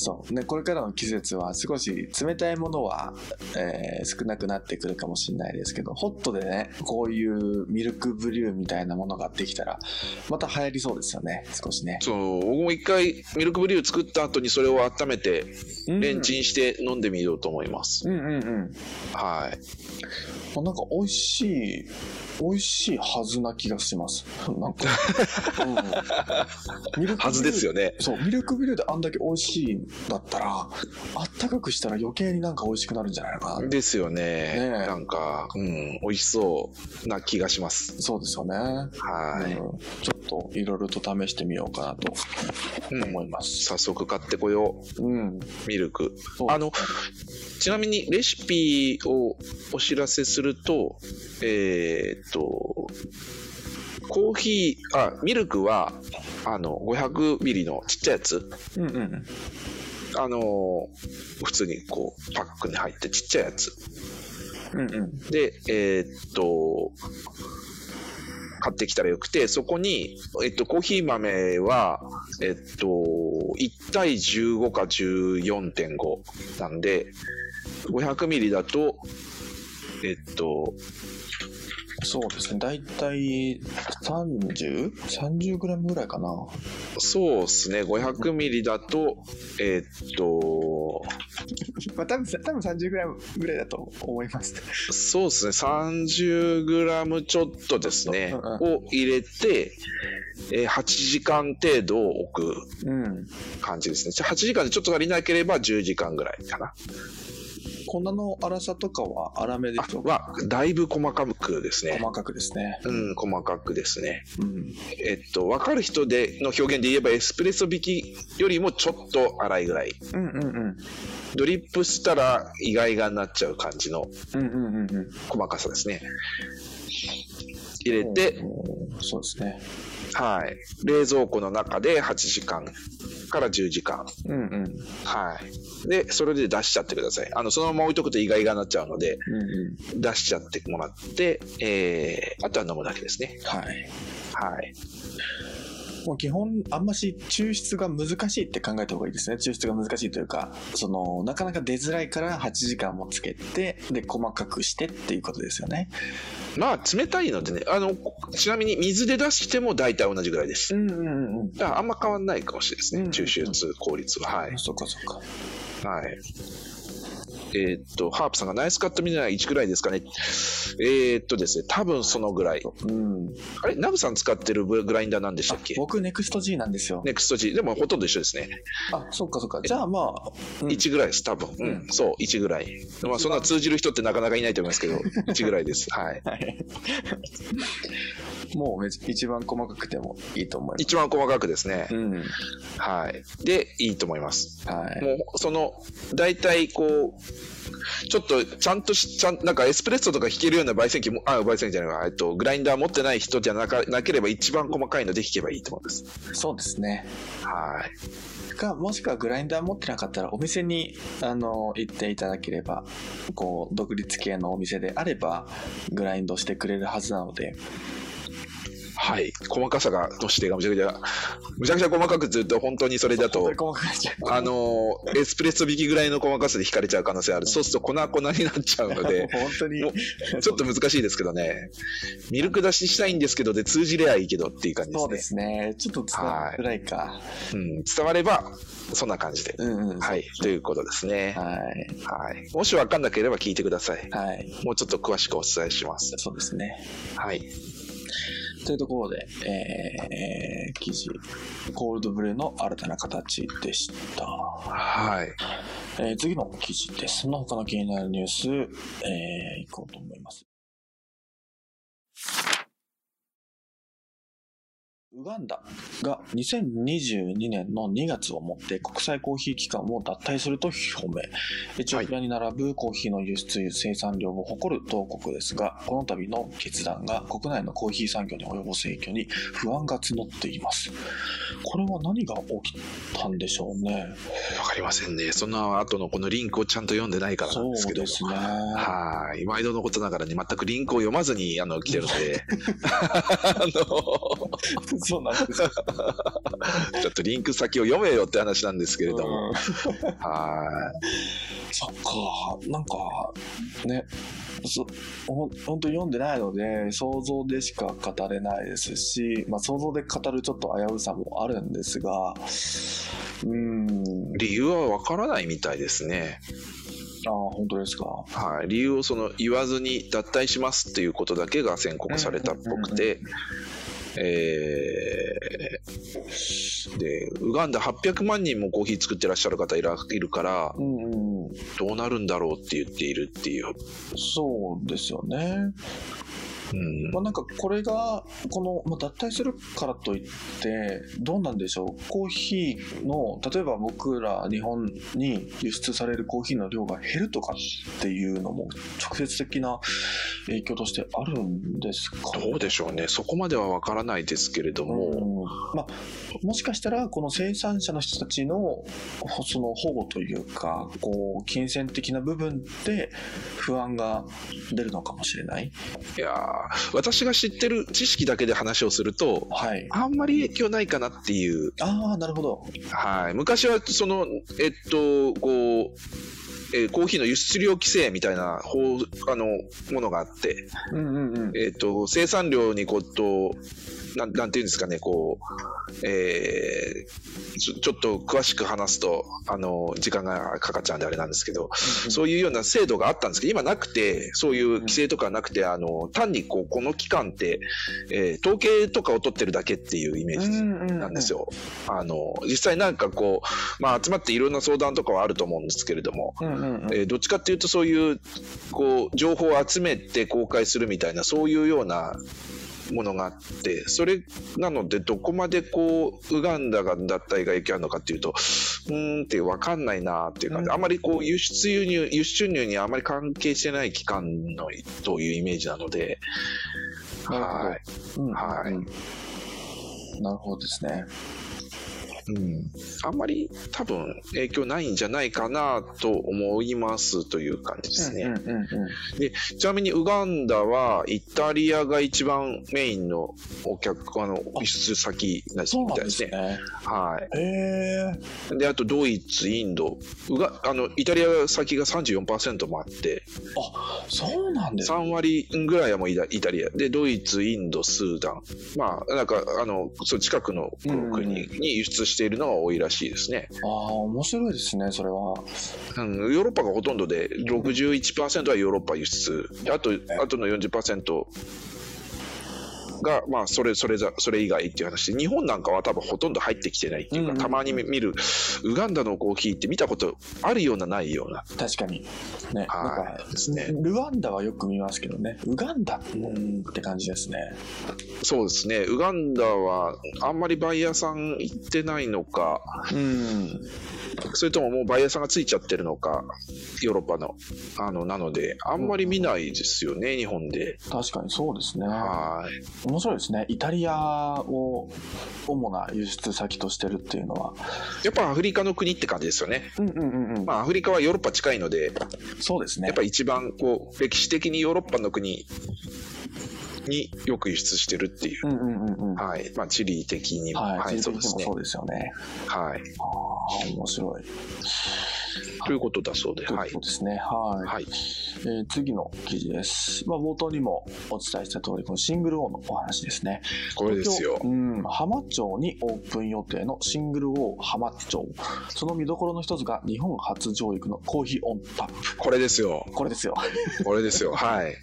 S1: そう。ね、これからの季節は少し冷たいものは、えー少なくなってくるかもしれないですけど、ホットでね、こういうミルクブリューみたいなものができたら、また流行りそうですよね、少しね。
S2: そう僕も一回ミルクブリュー作った後にそれを温めてレンチンして飲んでみようと思います、
S1: うんうんうん。
S2: はい
S1: あなんか美味しい、美味しいはずな気がします。なん か。うん、ミルクブリュー
S2: はずですよね
S1: そう、ミルクビューであんだけ美味しいんだったら、あったかくしたら余計になんか美味しくなるんじゃないのかな。
S2: ですよね
S1: ねえ
S2: なんか、うん、美味しそうな気がします
S1: そうですよね。
S2: はい、
S1: うんちょっといろいろと試してみようかなと
S2: うん
S1: 思います。
S2: 早速買ってこよ
S1: うん。
S2: うミルク
S1: そう
S2: あのちなみにレシピをお知らせするとえーっとコーヒーあミルクはあの500ミリのちっちゃいやつ
S1: うんうん。
S2: あのー普通にこうパックに入ってちっちゃいやつ
S1: うんうん。
S2: でえーっと買ってきたらよくてそこに、えっと、コーヒー豆は、えっと、1対15か14.5なんで500ミリだとえっと
S1: そうですね。だいたい 30?30 グラムぐらいかな。
S2: そうですね500ミリだとえっと
S1: まあ多分、多分30グラムぐらいだと思います。
S2: そうですね、30グラムちょっとですね、
S1: うん
S2: を入れて、えー8時間程度置く
S1: うん。
S2: 感じですね。じゃあ8時間でちょっと足りなければ10時間ぐらいかな。
S1: 粉の粗さとかは粗めで
S2: あは、だいぶ細かくですね。
S1: 細かくですね。
S2: うん、細かくですね。
S1: うん。
S2: えっと、わかる人での表現で言えば、エスプレッソ引きよりもちょっと粗いぐらい。
S1: うんうんうん。
S2: ドリップしたら意外がになっちゃう感じの
S1: うんうんうんうん。
S2: 細かさですね。入れて、
S1: うんそうですね。
S2: はい、冷蔵庫の中で8時間から10時間、
S1: うんうん。うん
S2: はい、でそれで出しちゃってくださいあのそのまま置いとくと意外がなっちゃうので
S1: う
S2: 出しちゃってもらって、えーあとは飲むだけですね
S1: ん。はい。
S2: はい
S1: もう基本、あんまし抽出が難しいって考えた方がいいですね。抽出が難しいというか、その、なかなか出づらいから8時間もつけて、で、細かくしてっていうことですよね。
S2: まあ冷たいのでねあのちなみに水で出しても大体同じぐらいです
S1: んうんうん。
S2: だからあんま変わんないかもしれないですね、
S1: うん
S2: 抽出効率ははい、
S1: そっかそっか。
S2: はいえーっとハープさんがナイスカットミネラル1ぐらいですかねえーっとですね多分そのぐらい
S1: うん。
S2: あれナブさん使ってるグラインダーなんでしたっけ
S1: 僕、ネクスト G なんですよ。
S2: ネクスト G でもほとんど一緒ですね、
S1: あ、そっかそっか。じゃあまあ、うん
S2: 1ぐらいです多分、うん
S1: うん
S2: そう1ぐらいまあそんな通じる人ってなかなかいないと思いますけど 1ぐらいですはい
S1: はい。もうめち一番細かくてもいいと思い
S2: 一番細かくですね
S1: ます。、うん。
S2: はいでいいと思います
S1: はい。
S2: もうその大体こうちょっとちゃんとしちゃんなんかエスプレッソとか引けるような焙煎機もあ焙煎機じゃないわえっとグラインダー持ってない人じゃなかなければ一番細かいので引けばいいと思います
S1: そうですね。
S2: はい
S1: か、もしくはグラインダー持ってなかったら、お店に、あの、行っていただければ、こう、独立系のお店であれば、グラインドしてくれるはずなので、
S2: はい細かさがの指定がむちゃくちゃむちゃくちゃ細かくずっと本当にそれだと
S1: 本当に細かいじゃん
S2: あのーエスプレッソ引きぐらいの細かさで引かれちゃう可能性ある。そうすると粉粉になっちゃうので、
S1: 本当に
S2: も、 ちょっと難しいですけどね。ミルク出ししたいんですけどで通じれゃいいけどっていう感じです
S1: そう
S2: ね。
S1: ですね。ちょっと伝わりづらいか。
S2: うん、伝われば、そんな感じで。
S1: うんうん。
S2: はい、ということですね。
S1: はい。
S2: はい。もしわかんなければ聞いてください。
S1: はい。
S2: もうちょっと詳しくお伝えします。
S1: そうですね。
S2: はい。
S1: というところで、えー、記事、コールドブレの新たな形でした。
S2: はい。
S1: えー次の記事です。その他の気になるニュース、えー、いこうと思います。ウガンダが2022年の2月をもって国際コーヒー機関を脱退すると表明。エチオピアに並ぶコーヒーの輸出生産量を誇る同国ですが、この度の決断が国内のコーヒー産業に及ぼす影響に不安が募っています。これは何が起きたんでしょうね。
S2: わかりませんね。その後のこのリンクをちゃんと読んでないからなんですけど。
S1: そうですね。
S2: はい。毎度 のことながらに全くリンクを読まずに、あの、来てるので。あの、
S1: そうなんですけ
S2: ちょっとリンク先を読めよって話なんですけれ
S1: れ
S2: ど
S1: ど
S2: も。
S1: も。
S2: は
S1: そっか、なんか、ね、そほんほんと読んでないので、想像でしか語れないですし、まあ想像で語るちょっと危うさもあるんですが、うーん、
S2: い。理由はわからないみたいですね。
S1: ああ、本当ですか。
S2: はい。理由をその言わずに脱退しますっていうことだけが宣告されたっぽくて、えーで、ウガンダ800万人もコーヒー作ってらっしゃる方いらいるから、
S1: うんうんうん、
S2: どうなるんだろうって言っているっていう。
S1: そうですよね。
S2: うん
S1: まあ、なんかこれがこの、まあ、脱退するからといってどうなんでしょうコーヒーの例えば僕ら日本に輸出されるコーヒーの量が減るとかっていうのも直接的な影響としてあるんですか
S2: どうで
S1: し
S2: しょうね。そこまではわからないですけれども。
S1: もう、まあ、もしかしたらこの生産者の人たちのほその保護というかこう金銭的な部分で不安が出るのかもしれない。
S2: いやー私が知ってる知識だけで話をすると
S1: はい、
S2: あんまり影響ないかなっていう、
S1: ああなるほど。
S2: はい、昔はそのえっとこう、えーコーヒーの輸出量規制みたいな法あのものがあって、
S1: うんうんうん
S2: えっと生産量にこうとなんなんていうんですかねこう、えーちょちょっと詳しく話すとあの時間がかかっちゃうんであれなんですけどそういうような制度があったんですけど、今なくて、そういう規制とかなくて、あの、単にこう、この期間って、えー統計とかを取ってるだけっていうイメージなんです
S1: よ。
S2: よ。あの、実際なんかこう、まあ集まっていろんな相談とかはあると思うんですけれども、
S1: うんうんうん
S2: えーどっちかっていうとそういう、こう、情報を集めて公開するみたいな、そういうような、ものがあってそれなのでどこまでこうウガンダが脱退が影響あるのかっていうとうーんって分かんないなっていう感じ、
S1: うん
S2: あまりこう輸出輸入輸出収入にあまり関係してない期間のというイメージなので
S1: なるほど
S2: はい
S1: うん
S2: はい
S1: なるほどですね。
S2: うん、あんまり多分影響ないんじゃないかなと思いますという感じですね、
S1: うんうんうんうん
S2: ちなみにウガンダはイタリアが一番メインのお客あの輸出先な
S1: そう
S2: み
S1: なん
S2: た
S1: で
S2: いです
S1: す
S2: ね
S1: ね。
S2: はい
S1: へえ
S2: であとドイツインドうがあのイタリア先が34%もあって
S1: そうなんですね。
S2: 3割ぐらいはもうイタイタリアでドイツインドスーダンまあなんかあのそう近くの
S1: うん
S2: 国に輸出しているのが多いらしいですね、
S1: ああ、面白いですね、それは。
S2: うん、ヨーロッパがほとんどで61%はヨーロッパ輸出あとあとの40%がまあ、それそれざそれ以外っていう話で日本なんかは多分ほとんど入ってきてないってい
S1: うんう
S2: うか、
S1: んうん
S2: たまに見るウガンダのコーヒーって見たことあるようなないような
S1: 確かに。ね、なん
S2: は
S1: か、
S2: いですね、
S1: ルワンダはよく見ますけどね。ウガンダうーんって感じですね。
S2: そうですね、ウガンダはあんまりバイヤーさん行ってないのか、
S1: うん。
S2: それとももうバイヤーさんがついちゃってるのか、ヨーロッパの、あのなので、あんまり見ないですよね、日本で。
S1: 確かにそうですね。
S2: はい
S1: 面白いですね。イタリアを主な輸出先としてるっていうのは。
S2: やっぱアフリカの国って感じですよね、
S1: うんうんうんうん。
S2: まあ、アフリカはヨーロッパ近いので、
S1: そうですね。
S2: やっぱ一番こう歴史的にヨーロッパの国によく輸出してるっていう、
S1: うんうんうんうん。は
S2: はいまあ、チリ的にも、はい
S1: い。はい、
S2: そうですね
S1: そうですよね。
S2: はい。
S1: ああ、面白い。
S2: ということだそうで、はい
S1: そう。ですね。はい。
S2: はい
S1: えー次の記事です。まあ、冒頭にもお伝えした通り、このシングル王のお話ですね。
S2: これですよ
S1: 東。京うん、浜町にオープン予定のシングル王浜町。その見どころの一つが日本初上陸のコーヒーオンタップ。
S2: これですよ。
S1: これですよ。
S2: これですよ。はい。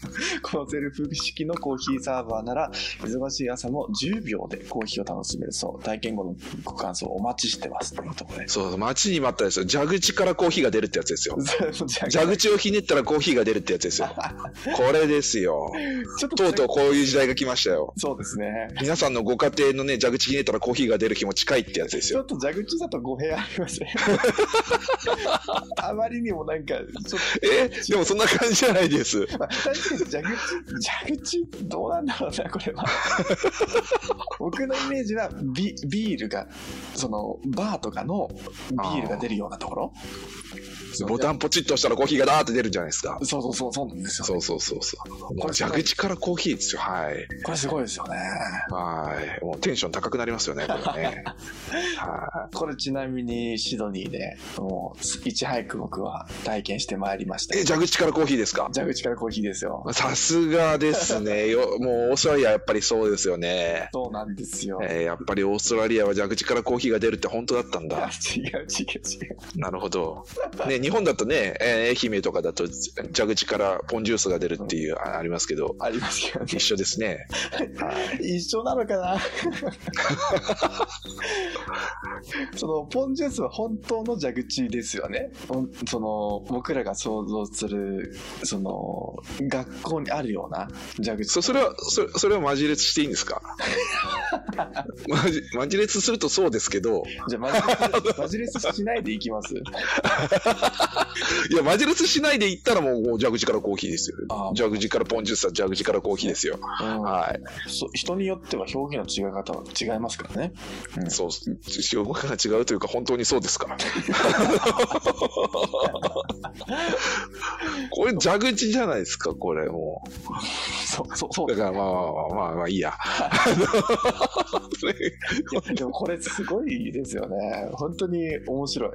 S1: このセルフ式のコーヒーサーバーなら、忙しい朝も10秒でコーヒーを楽しめるそう。体験後のご感想をお待ちしてます。というところです。
S2: そうそう、待ちに待ったですよ。蛇口からコーヒーが出るってやつですよ。蛇
S1: 蛇
S2: 口をひねったらコーヒーが出るってやつですよ。これですよ。
S1: ちょっ
S2: とうとうこういう時代が来ましたよ。
S1: そうですね。
S2: 皆さんのご家庭のね、蛇口ひねったらコーヒーが出る日も近いってやつです
S1: ちょ
S2: よ。
S1: っと蛇口だと語弊ありますね。あまりにもなんか、ちょっ
S2: えでもそんな感じじゃないです。
S1: と、まあ確かに蛇口、蛇口、どうなんだろうな、これは。僕のイメージはビ、ビールが、その、バーとかのビールが出るようなところですよ。
S2: ボタンポチッと押したらコーヒーがダーって出るんじゃないですか。
S1: そうそうそう、そうなんですよ。
S2: そうそうそうそう。も
S1: こ
S2: う
S1: れすごい
S2: 蛇口からコーヒーですよ。はい。
S1: これすごいですよね。
S2: はい。もうテンション高くなりますよね、これ ね。は
S1: これちなみにシドニーで、もう、いち早く僕は体験してまいりました
S2: い。え、。蛇口からコーヒーですか
S1: 蛇口からコーヒーですよ。
S2: さすがです ね。よもうオーストラリアやっぱりそうですよね。
S1: そうなんですよ。
S2: えーやっぱりオーストラリアは蛇口からコーヒーが出るって本当だったんだ。
S1: 違う違う違う。
S2: なるほど。ね、日本だとね、えー愛媛とかだと蛇口からポンジュースが出るっていう、あありますけど、
S1: ありますよ
S2: 一
S1: ね。
S2: 緒ですね。
S1: 一緒なのかな そのポンジュースは本当の蛇口ですよね。ほんその僕らが想像する、その学校にあるような蛇口。
S2: そそれはそ、それはマジ列していいんですかマジマジ列するとそうですけど、
S1: じゃあマジレス、マジレスしないでいきます。
S2: いや、マジ列しないで行ったらもうもう蛇口からコーヒーですよ。
S1: あー
S2: 蛇口からポンジュースは蛇口からコーヒーですよ。
S1: うん
S2: はい。
S1: そう人によっては表現の違い方は違いますからね。
S2: そう、仕事が違うというか、本当にそうですから。これ、蛇口じゃないですか、これ、も
S1: そうそうそう
S2: う。だから、まあまあまあまあ、まあいいや。
S1: いやでもこれすごいですよね。本当に面白い。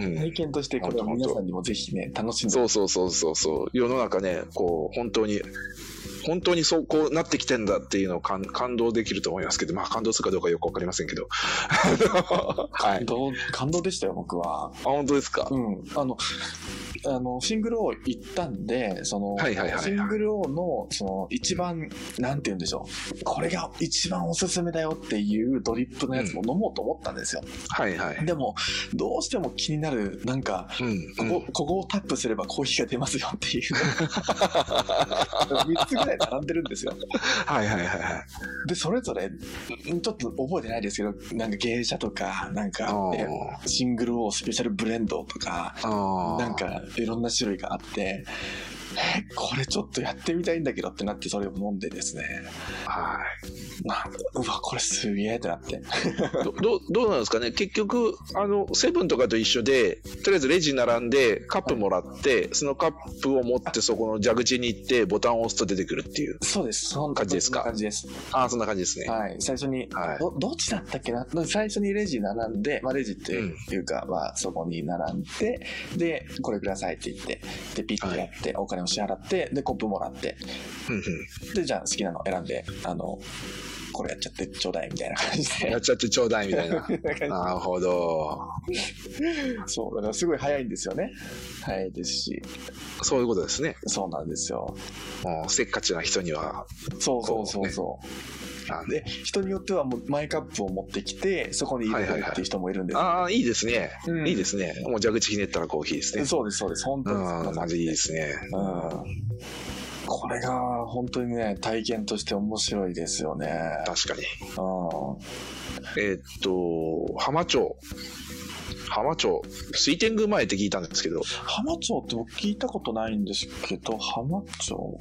S2: うん
S1: 体験としてこれは皆さんにもぜひね、楽しんで
S2: そうそうそうそうそう。世の中ね、こう、本当に、本当にそう、こうなってきてんだっていうのを感感動できると思いますけど、まあ、感動するかどうかよくわかりません けど。はい。あ、
S1: どう感動でしたよ、僕は。
S2: 本当ですか。
S1: うん。あの、あのシングル王行ったんで、その、
S2: はいはいはいはい
S1: シングル王の、その、一番、なんて言うんでしょう。これが一番おすすめだよっていうドリップのやつも飲もうと思ったんですよ。
S2: はいはい。
S1: でも、どうしても気になる、なんか、
S2: うん、
S1: ここ、ここをタップすればコーヒーが出ますよっていう。3つぐらい並んでるんですよ。
S2: はいはいはいはい。
S1: で、それぞれ、んちょっと覚えてないですけど、なんか芸者とか、なんか
S2: あ、ー
S1: えシングルをスペシャルブレンドとか、
S2: あー
S1: なんかいろんな種類があって、 えーこれちょっとやってみたいんだけどってなってそれを飲んでですね、
S2: はい。
S1: なんかうわ、これすげえってなって。
S2: どどうどうなんですかね結局あのセブンとかと一緒でとりあえずレジ並んでカップもらってそのカップを持ってそこの蛇口に行ってボタンを押すと出てくるっていう
S1: そうです、そんな
S2: 感じですか
S1: そんな感じです。
S2: ああそんな感じですね
S1: はい、最初に、
S2: はい
S1: どどっちだったっけな最初にレジ並んで、まあ、レジって
S2: うん
S1: いうか、まあ、そこに並んででこれくださいって言ってでピッてやって、お金を支払ってでコップもらって
S2: うん
S1: でじゃあ好きなの選んであのこれやっちゃってちょうだいみたいな感じ
S2: うん
S1: で
S2: やっちゃってちょうだいみたいななるほど
S1: そうだからすごい早いんですよね早いですし
S2: そういうことですね
S1: そうなんですよ
S2: もうせっかちな人には
S1: そうそうそうそ
S2: なん
S1: うで人によってはもうマイカップを持ってきてそこに入れてるっていう人もいるんです、
S2: ああいいですね、
S1: うん
S2: いいですねもう蛇口ひねったらコーヒーですね
S1: そうですそうです本当にそんな
S2: うん
S1: 感
S2: マ
S1: じ
S2: ジいいですね
S1: うんこれが本当にね、体験として面白いですよね。
S2: 確か
S1: う
S2: に
S1: ん。
S2: えーっと浜町浜町水天宮前って聞いたんですけど
S1: 浜町って僕聞いたことないんですけど、浜町、ちょ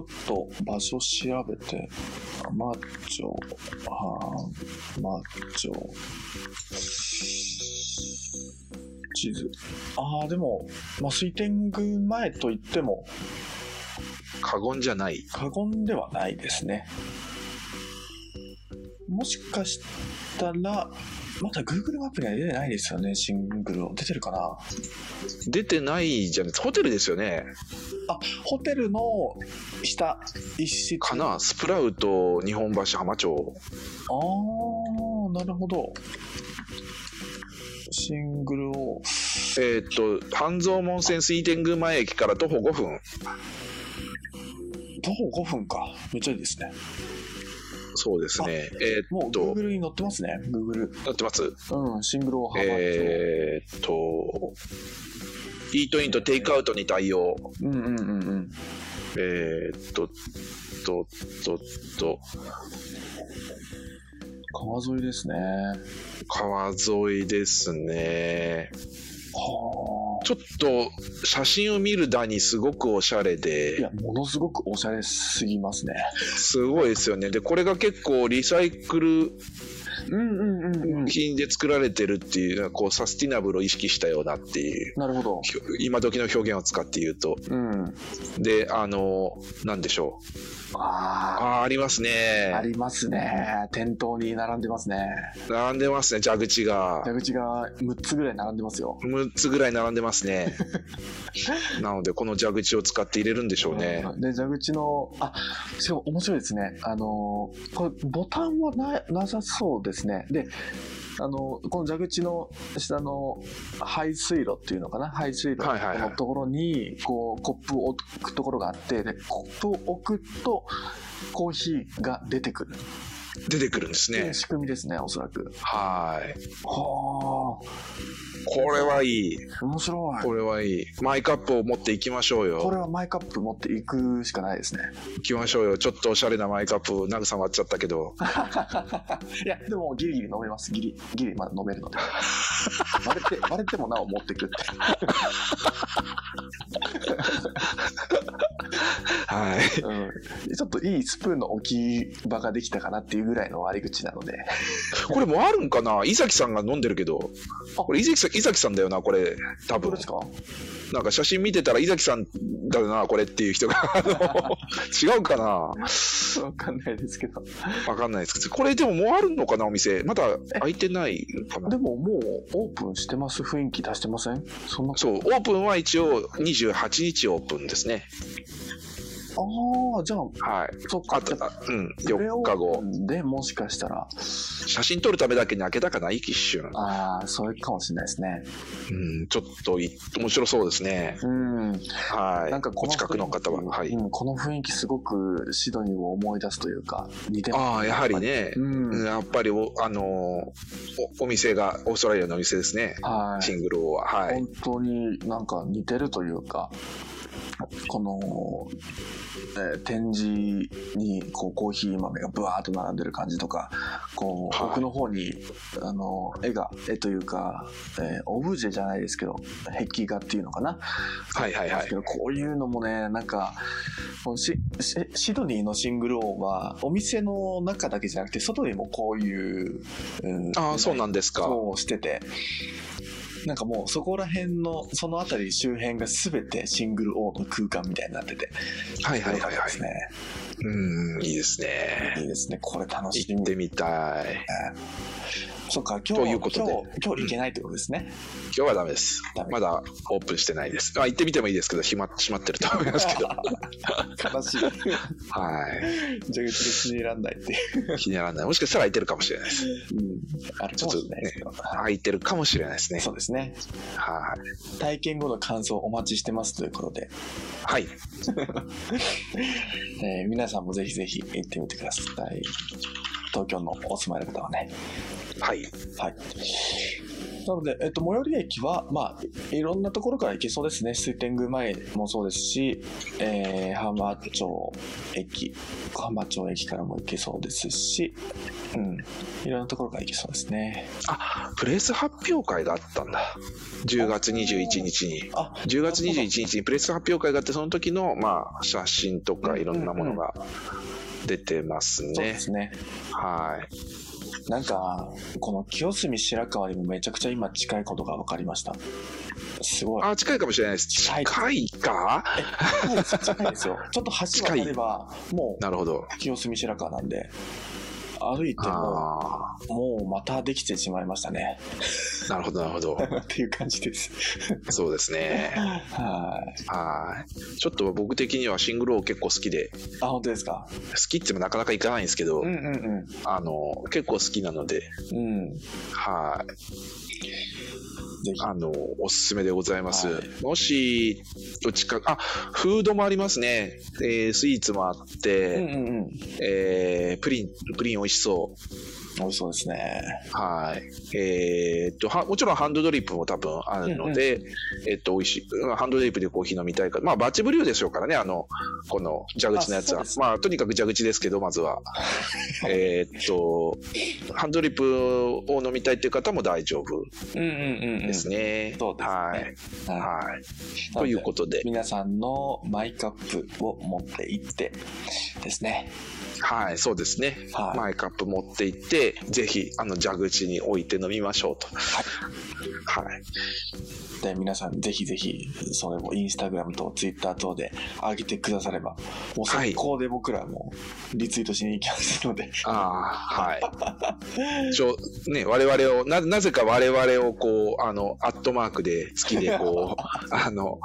S1: っと場所調べて、浜町、浜町、地図。ああ、でも、まあ、水天宮前といっても
S2: 過言じゃない
S1: 過言ではないですね。もしかしたら、まだ Google マップには出てないですよね、シングルを。出てるかな
S2: 出てないじゃないホテルですよね
S1: あ、ホテルの下、一室。
S2: かなスプラウト日本橋浜町
S1: あー、なるほど。シングルを。
S2: えーっと半蔵門線水天宮前駅から徒歩5分
S1: 徒歩5分か。めっちゃいいですね。
S2: そうですねえ
S1: も
S2: ー
S1: う
S2: っと
S1: Google に載ってますね、Google。
S2: なってます
S1: うん、シングルを浜町。
S2: えーっとイートインとテイクアウトに対応
S1: うんうんうんうん。
S2: えーっとととと
S1: 川沿いですね。
S2: 川沿いですね
S1: は
S2: ちょっと写真を見るだにすごくおしゃれ
S1: ー。い
S2: で
S1: や、ものすごくおしゃれすぎますね。
S2: すごいですよねでこれが結構リサイクル
S1: うんうんうんうん。
S2: 金で作られてるっていうこうサスティナブルを意識したようなっていう
S1: なるほど。
S2: ひょ今時の表現を使って言うと
S1: うん。
S2: であのなんでしょう
S1: あ
S2: あーあります
S1: あ。あ
S2: ね
S1: りますね。店頭に並んでますね。
S2: 並んでますね蛇口が
S1: 蛇口が6つぐらい並んでますよ。
S2: 6つぐらい並んでます ねなのでこの蛇口を使って入れるんでしょうね
S1: うんで、蛇口の、あ、しかも面白いですね。あの、これ、ボタンはな、なさそうですね。で、あの、この蛇口の下の排水路っていうのかな排水路
S2: はいはいはい
S1: のところに、こう、コップを置くところがあって、で、コップを置くと、コーヒーが出てくる。
S2: 出てくるんです
S1: ってい
S2: ね
S1: う仕組みですね、おそらく。
S2: はい
S1: は
S2: これはいい
S1: あ、面白い。
S2: これはいいマイカップを持っていきましょう
S1: これ
S2: よ
S1: はマイカップ持っていくしかないですね。
S2: 行きましょうよちょっとおしゃれなマイカップ慰まっちゃったけ ど
S1: いや、でもギリギリ飲めます。ギリ、ギリまで飲めるの で。割れて、割れてもなお持ってくって。
S2: はい
S1: うん。ちょっといいスプーンの置き場ができたかなっていうぐらいの割り口なので。
S2: これもあるんかな伊崎さんが飲んでるけど。
S1: あ
S2: これ伊崎さん、伊崎さんだよな、これ。多
S1: どう
S2: 分
S1: です。か
S2: なんか写真見てたら伊崎さんだよな、これってい う人が。あの違うかな
S1: わかんないですけど。
S2: わかんないですけど。これでももうあるのかな、お店。まだ開いてないかな
S1: で。ももうオープンしてます雰囲気出してませんそんな。
S2: そう、オープンは一応28日オープンですね。
S1: ああ、じゃあ、
S2: はい。
S1: そっか。
S2: あと、あうん、
S1: プレオ
S2: 4
S1: ー
S2: 日
S1: プ
S2: 後。
S1: ンでもしかしたら、
S2: 写真撮るためだけに開けたかな、一瞬。
S1: ああ、そういうかもしれないですね。
S2: うん、ちょっとい面白そうですね。
S1: うん。
S2: はい。
S1: なんかこ
S2: お
S1: の
S2: 近くの方は。は
S1: う
S2: い。
S1: ん、この雰囲気すごくシドニーを思い出すというか、似てます。
S2: ああ、やはりね。
S1: うん。
S2: やっぱりお、あのーおお店がオーストラリアのお店ですね、
S1: はい
S2: シ。ングル王は。はい、
S1: 本当になんか似てるというか、この、えー展示にこうコーヒー豆がブワーッと並んでる感じとか、こう、
S2: はい
S1: 奥の方に、あの、絵が、絵というか、えーオブジェじゃないですけど、壁画っていうのかな。
S2: はいはい
S1: で
S2: は
S1: す
S2: い
S1: け。ど、こういうのもね、なんか、こうシシシドニーのシングル王は、お店の中だけじゃなくて、外にもこういう、うん
S2: ああ、そうなんですか。
S1: そうしてて、なんかもうそこら辺の、その辺り周辺が全てシングル王の空間みたいになってて、
S2: はいはいは
S1: よ
S2: い
S1: か
S2: は
S1: っ
S2: い
S1: たです。ね。
S2: うん、いいですね。
S1: いいですね、これ楽し
S2: 行っ
S1: み。
S2: てみたい。
S1: そっか、今
S2: と
S1: 日、
S2: いう
S1: 今
S2: こ
S1: 日、
S2: とで
S1: 今日行けないってことですね。
S2: 今日はダメです
S1: ダ。メ
S2: まだオープンしてないです。あ行ってみてもいいですけど、暇、閉まってると思います けど。
S1: 悲しい。
S2: は
S1: じゃあ、うちで気に入らんないって。
S2: い。気にならない。もしかしたら空いてるかもしれないです。
S1: うん。あるかもしれないですけど。は
S2: 空いてるかもしれないです
S1: い
S2: ね。
S1: そうですね。
S2: はい。
S1: 体験後の感想お待ちしてますということで、
S2: はい。
S1: えー皆さんもぜひぜひ行ってみてください。東京のお住まいの方はね。
S2: はい。
S1: はい。なので、えっと、最寄り駅は、まあ、いろんなところから行けそうですね。水天宮前もそうですし、えー、浜町駅、浜町駅からも行けそうですし、うん、いろんなところから行けそうですね。
S2: あ、プレス発表会があったんだ。10月21日に。
S1: あ、
S2: 10月21日にプレス発表会があってその時のまあ写真とかいろんなものが出てますね、
S1: そうですね。
S2: はい
S1: なんか、この清澄白河にもめちゃくちゃ今近いことが分かりました。す ごい。
S2: あ近いかもしれないです
S1: 近
S2: 近
S1: い
S2: いか
S1: 近いです近いですよ。ちょっと橋渡れば、も
S2: なるほど
S1: う清澄白河なんで、歩いても、
S2: あ
S1: もうまたできてしまいましたね。
S2: ーなるほどなるほど
S1: っていう感じ です。
S2: そうですね
S1: はい。
S2: はいちょっと僕的にはシングル王結構好きで
S1: あ、本当ですか。
S2: 好きってもなかなかいかないんですけど、
S1: うんうん
S2: あの結構好きなので
S1: うん。うん。ぜ
S2: はい
S1: ひ。
S2: あのおすすめでございます、
S1: はい
S2: もしお近くあフードもありますね、えースイーツもあって、
S1: うんうんうん。
S2: えープリン、プリン美味しそ
S1: 美味しそうですね。
S2: う。はい。えーっと、は、もちろんハンドドリップも多分あるので、えっと、美味しい。うんハンドドリップでコーヒー飲みたいから、まあ、バッチブリューでしょうからね、あの、この蛇口のや
S1: あそ
S2: つ
S1: う
S2: は
S1: で。す
S2: まあ、とにかく蛇口ですけど、ま ずは。えーっと、ハンドドリップを飲みたいっていう方も大丈夫
S1: うんうんうん。
S2: ですね。
S1: そうですね
S2: はい。
S1: は
S2: はい。
S1: い。
S2: ということで、
S1: 皆さんのマイカップを持って行ってですね。
S2: はい、そうですね。
S1: はい
S2: マイカップ持っていっで、ぜひ、あの、蛇口に置いて飲みましょうと。はい。
S1: で、皆さんぜひぜひ、それもインスタグラムとツイッター等で上げてくだされば、もう
S2: はい
S1: 速攻で僕らもリツイートしに行きますので、
S2: ああ、はい。ちょ、ね、我々を、な、なぜか我々をこう、あの、アットマークで、月で こう、あの、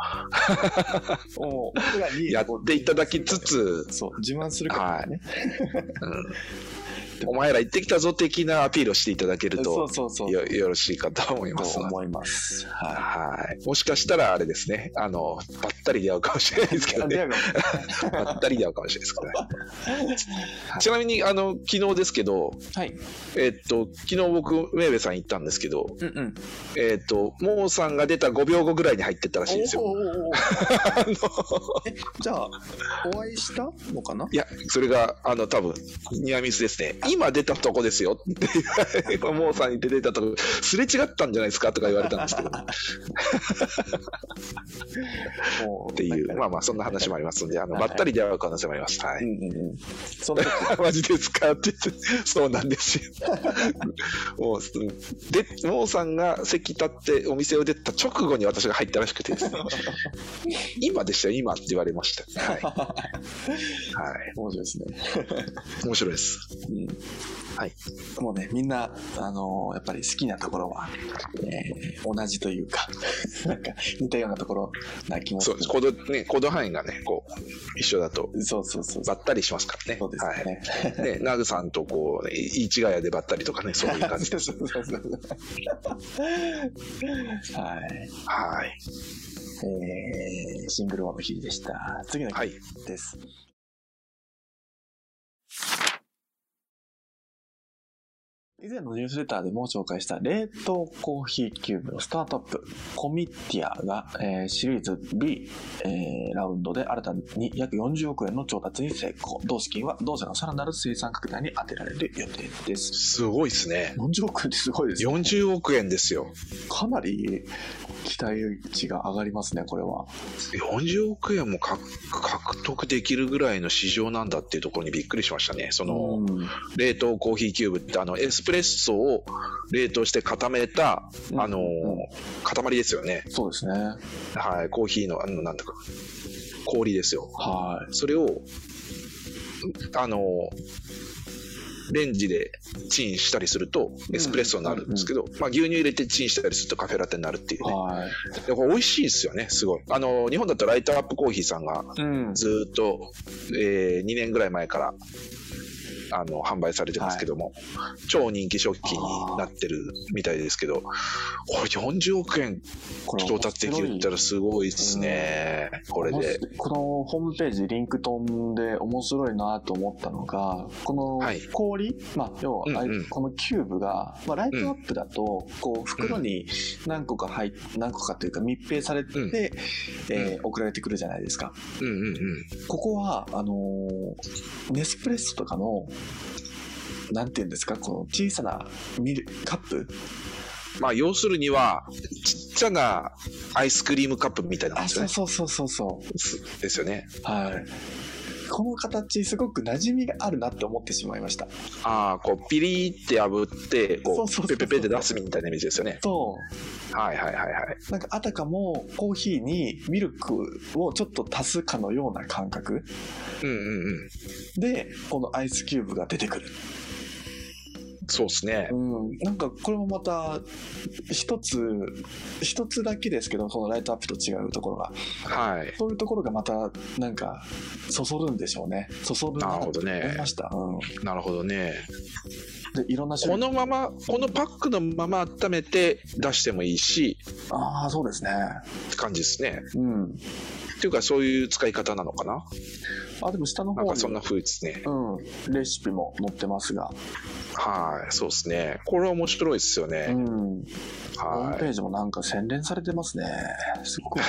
S1: もう僕らに
S2: やっていただきつ、つ、
S1: そう、自慢するからね。
S2: お前ら行ってきたぞ的なアピールをしていただける
S1: そ
S2: と
S1: う、そうそう。
S2: よ、よろしいかと思いま
S1: と
S2: すので。
S1: 思います。は
S2: はい。もしかしたらあれですね、あの、ばったり出会うかもしれないですけ
S1: い。
S2: ど
S1: あ
S2: ね。
S1: では
S2: ばったり出会うかもしれない ですけどね。ちなみに、あの、昨日ですけど、
S1: はい。
S2: えっと、昨日僕、ウェーベさん行ったんですけど、
S1: うんうん。
S2: えっと、モーさんが出た5秒後ぐらいに入ってったらしいんです
S1: お
S2: よ。
S1: おおおおえ、じゃあ、お会いしたのかない
S2: や、それが、あの、多分ニアミスですね。今出たとこですよって言われ、 モーさんに出てたとこ、すれ違ったんじゃないですかとか言われたんで すけど、っ
S1: もう
S2: てい
S1: な
S2: う、
S1: んか
S2: まあまあ、そんな話もありますんで、あの、
S1: はいは
S2: ば
S1: い
S2: ったり出会う可能性もあります。は
S1: う
S2: い。
S1: んうんうん。その時
S2: マジですかって 言って、そうなんですよ。もう、で、モーさんが席立ってお店を出た直後に私が入ったらしくて ですね、今でしたよ、今って言われました。はい。はい。
S1: 面白いですね。
S2: 面白いです。
S1: うん
S2: はい。
S1: もうね、みんな、あのーやっぱり好きなところは、えー同じというか、 なんか似たようなところな気も
S2: そうです。行動、ね、行動範囲がね、こう、一緒だと、
S1: そうそうそうそ
S2: ば
S1: う。
S2: ったりしますからね。
S1: そうです
S2: はい。
S1: ね。
S2: ね、ナグさんとこう、ね、い市ヶ谷でばったりとかね、そういう感じ
S1: そ
S2: で
S1: う
S2: す。
S1: そうそうそう。はい。
S2: はい。
S1: えーシングルマンの日でした。次の
S2: は
S1: 日
S2: い。
S1: です。以前のニュースレターでも紹介した冷凍コーヒーキューブのスタートアップコミティアが、えーシリーズ B、えーラウンドで新たに約40億円の調達に成功同資金は同社のさらなる生産拡大に充てられる予定です
S2: すごいですね。
S1: 40億円ってすごいですね
S2: 40億円ですよ。
S1: かなり期待値が上がりますねこれは
S2: 40億円も獲獲得できるぐらいの市場なんだっていうところにびっくりしましたね。その、
S1: うん
S2: 冷凍コーヒーキューブって、あの、エスプレッソを冷凍して固めた、あのー
S1: うん
S2: 塊ですよね。
S1: そうですね
S2: はい。コーヒーの、あの、なんだか、氷ですよ。
S1: は
S2: それを、あの、レンジでチンしたりするとエスプレッソになるんですけど、まあ、牛乳入れてチンしたりするとカフェラテになるっていう
S1: い
S2: ね。
S1: はい
S2: やっぱ美味しいですよね、すごい。あの、日本だとライトアップコーヒーさんが
S1: うん
S2: ずーっと、え2年ぐらい前から、あの、販売されてますけども、超人気商品になってるみたいですけど、これ40億円
S1: これ
S2: 調達できるったらすごいですね、これで。
S1: このホームページリンク飛んで面白いなと思ったのがこの
S2: はい
S1: 氷、まあ、要は
S2: うんうん
S1: あれこのキューブが、まあ、ライトアップだとこう袋に何個か入っ何個かというか密閉されて、
S2: うん
S1: えー送られてくるじゃないですか
S2: うんうんうん。
S1: ここはあのーネスプレッソとかのなんて言うんですかこの小さなミルカップ
S2: まあ、要するには、ちっちゃなアイスクリームカップみたいなもん
S1: あ
S2: ですよ
S1: そう
S2: ね。
S1: そうそうそうそう
S2: すですよね。
S1: はい。この形、すごく馴染みがあるなって思ってしまいました。
S2: ああ、こう、ピリーって炙って、
S1: そう
S2: こ
S1: そうそうそ
S2: う、ペ
S1: う
S2: ペペで出すみたいなイメージですよね。
S1: そ
S2: はいはいはいはい。
S1: う。なんか、あたかも、コーヒーにミルクをちょっと足すかのような感覚
S2: うんうんうん。
S1: で、このアイスキューブが出てくる。
S2: そうですね。
S1: うん。なんか、これもまた、一つ、一つだけですけど、このライトアップと違うところが。
S2: はい。
S1: そういうところがまた、なんか、そそるんでしょうね。そそるな
S2: な
S1: と
S2: るほど
S1: 思
S2: ね
S1: いま。した。う
S2: なるほどね。
S1: ん。で、いろんな種
S2: こ
S1: 類。
S2: のまま、このパックのまま温めて出してもいいし、
S1: ああ、そうですね。
S2: って感じですね。
S1: うん。
S2: っていうか、そういう使い方なのかな
S1: あ、でも下の
S2: なん
S1: 方
S2: か
S1: に
S2: そんな風ですね。
S1: うん、レシピも載ってますが、
S2: はい。そうですね。これは面白いですよ
S1: う
S2: ね。
S1: ん、ホーム ペ
S2: は
S1: ージもなんか洗練されてますね。す ごく
S2: い。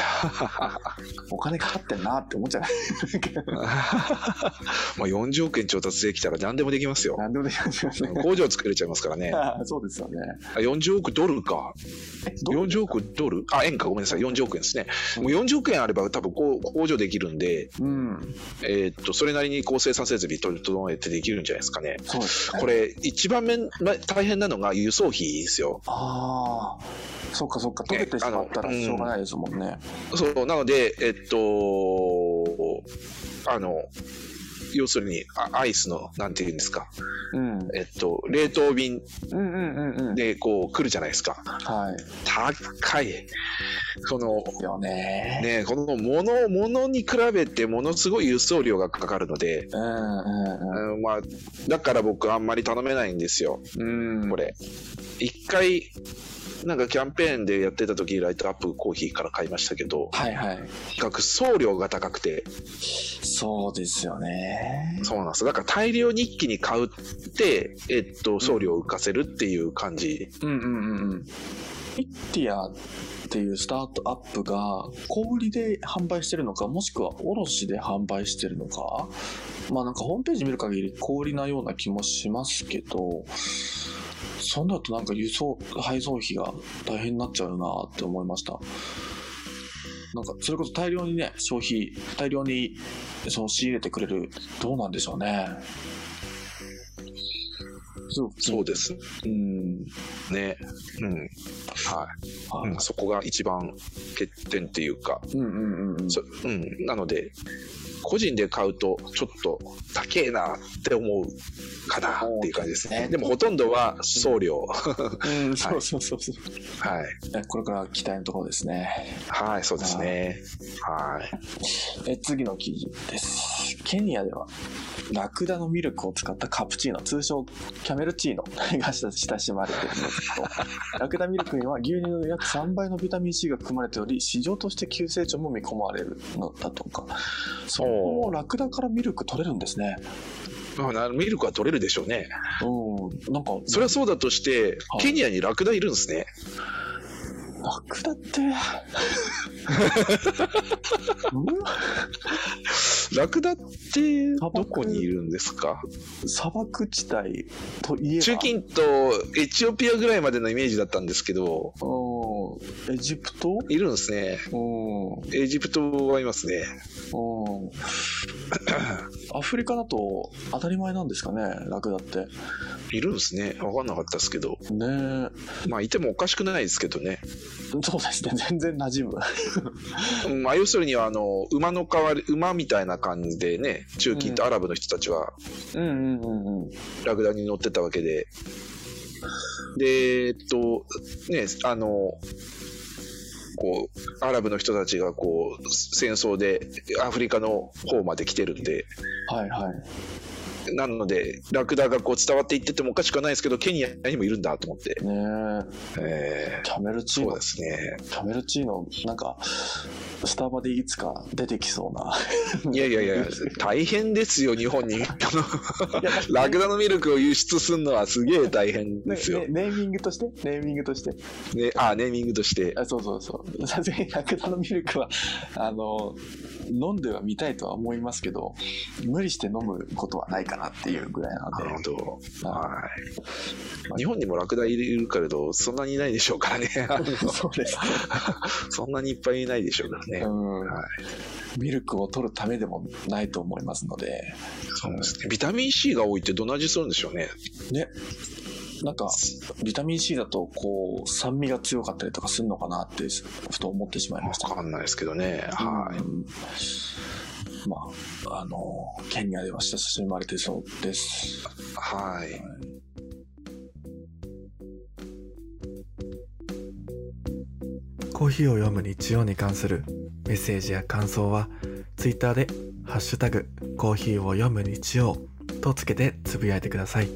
S1: お金かかってんなって思っちゃう。
S2: まあ40億円調達できたら何でもできますよ。
S1: 何でもできますよね。
S2: 工場作れちゃいますからね。あ
S1: そうですよね。
S2: 40億ドルか。
S1: えど
S2: 40億ドルあ、円か。ごめんなさい。40億円ですね。もう40億円あれば多分こう工場できるんで、
S1: うん、
S2: えーっと、それなりにこう生産設備整えてできるんじゃないですかね。
S1: そうですね。
S2: これ1一番めんま大変なのが輸送費ですよ。
S1: ああ、そっかそっか、溶けてしまったら
S2: あの
S1: しょうがないですもんね。
S2: そう、なので、えっと、あの、要するに、あアイスの、なんていうんですか、
S1: うん。うん
S2: えっと、冷凍便
S1: うんうんうん。
S2: で、こう、来るじゃないですか。
S1: は
S2: 高い。その、
S1: い。よね
S2: ね、この物、物に比べてものすごい輸送量がかかるので、
S1: うんうん
S2: あのまあ、だから僕あんまり頼めないんですよ、
S1: うん。うん。
S2: これ。一回、なんかキャンペーンでやってた時、ライトアップコーヒーから買いましたけど、
S1: はいはい。
S2: 比較送料が高くて、
S1: そうですよね。
S2: そうなんです。だから大量に一気に買うって、えっと、送料を浮かせるっていう感じ。
S1: うんうんうんうん。イッティアっていうスタートアップが小売りで販売してるのか、もしくは卸で販売してるのか、まあなんかホームページ見る限り小売りなような気もしますけど、そんだとなんか輸送、配送費が大変になっちゃうなって思いました。なんかそれこそ大量にね、消費、大量にその仕入れてくれる、どうなんでしょうね。そう
S2: そうです
S1: うん。
S2: ね。うん。は
S1: はい
S2: い。うんそこが一番欠点っていうか、
S1: うんうんうんうん。
S2: そうん。なので、個人で買うと、ちょっと高えなって思うかなっていう感じで
S1: そ
S2: す
S1: うですね
S2: ね。でもほとんどは送料。
S1: うん、そうそうそうそう。
S2: はい。
S1: えこれから期待のところですね。
S2: はい、そうですね。はい。
S1: え次の記事です。ケニアでは、ラクダのミルクを使ったカプチーノ、通称キャメルチーノ が親しまれているんですけど、ラクダミルクには牛乳の約3倍のビタミン C が含まれており、市場として急成長も見込まれるのだとか、そこもラクダからミルク取れるんですね。
S2: まあなミルクは取れるでしょうね。
S1: うん、なんか、
S2: それはそうだとして
S1: は、い
S2: ケニアにラクダいるんですね。
S1: ラクダ って、うん
S2: ラクダってどこにいるんですか
S1: 砂漠地帯といえば。
S2: 中近東エチオピアぐらいまでのイメージだったんですけど
S1: うんエジプト
S2: いるんですね
S1: うん。うん。
S2: エジプトはいますね
S1: アフリカだと当たり前なんですかね、ラクダって。
S2: いるんですね分かんなかったですけど
S1: ねえ。
S2: まあいてもおかしくないですけどね、
S1: そうですね、全然馴染む。
S2: うんまあ、要するにはあの馬の代わり馬みたいな感じでね中近東アラブの人たちは
S1: うんうんうんうん。
S2: ラクダに乗ってたわけででえっとねあのこうアラブの人たちがこう戦争でアフリカの方まで来てるんで
S1: はいはい。
S2: なので、ラクダがこう伝わっていっててもおかしくはないですけど、ケニアにもいるんだと思って。
S1: ね
S2: え
S1: え。キャメル
S2: ー
S1: チー
S2: そう
S1: ノ
S2: で、すね。
S1: キャメルチーノ、なんか、スタバでいつか出てきそうな。
S2: いやいやいや、大変ですよ、日本に。あの
S1: いや
S2: ラクダのミルクを輸出するのはすげえ大変
S1: ね
S2: ですよ
S1: ね。ネーミングとしてネーミングとして
S2: ね、あ、ネーミングとして。
S1: あそうそうそうさすがにラクダのミルクはあの飲んではみたいとは思いますけど無理して飲むことはないかなっていうぐらいな
S2: なる
S1: の
S2: ほ
S1: で
S2: ど。
S1: は
S2: はい。日本にもラクダいるけれど、そんなにいないでしょうからね。
S1: いそうです
S2: そんなにいっぱいいないでしょうから
S1: ね、
S2: ね。
S1: うん
S2: は
S1: ミルクを取るためでもないと思いますので
S2: そうですね。ビタミン C が多いってどんな味するんでしょうね。
S1: なんかビタミン C だとこう酸味が強かったりとかするのかなってふと思ってしまいました
S2: わかんないですけどね。はい。
S1: うんまああのケニアでは親しまれてそうです
S2: はい。
S3: コーヒーを読む日曜に関するメッセージや感想は、ツイッターで、ハッシュタグ、コーヒーを読む日曜とつけてつぶやいてください。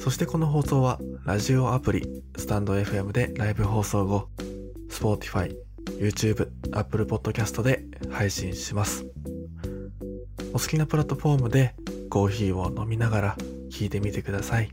S3: そしてこの放送は、ラジオアプリ、スタンド FM でライブ放送後、Spotify、YouTube、Apple Podcast で配信します。お好きなプラットフォームでコーヒーを飲みながら聞いてみてください。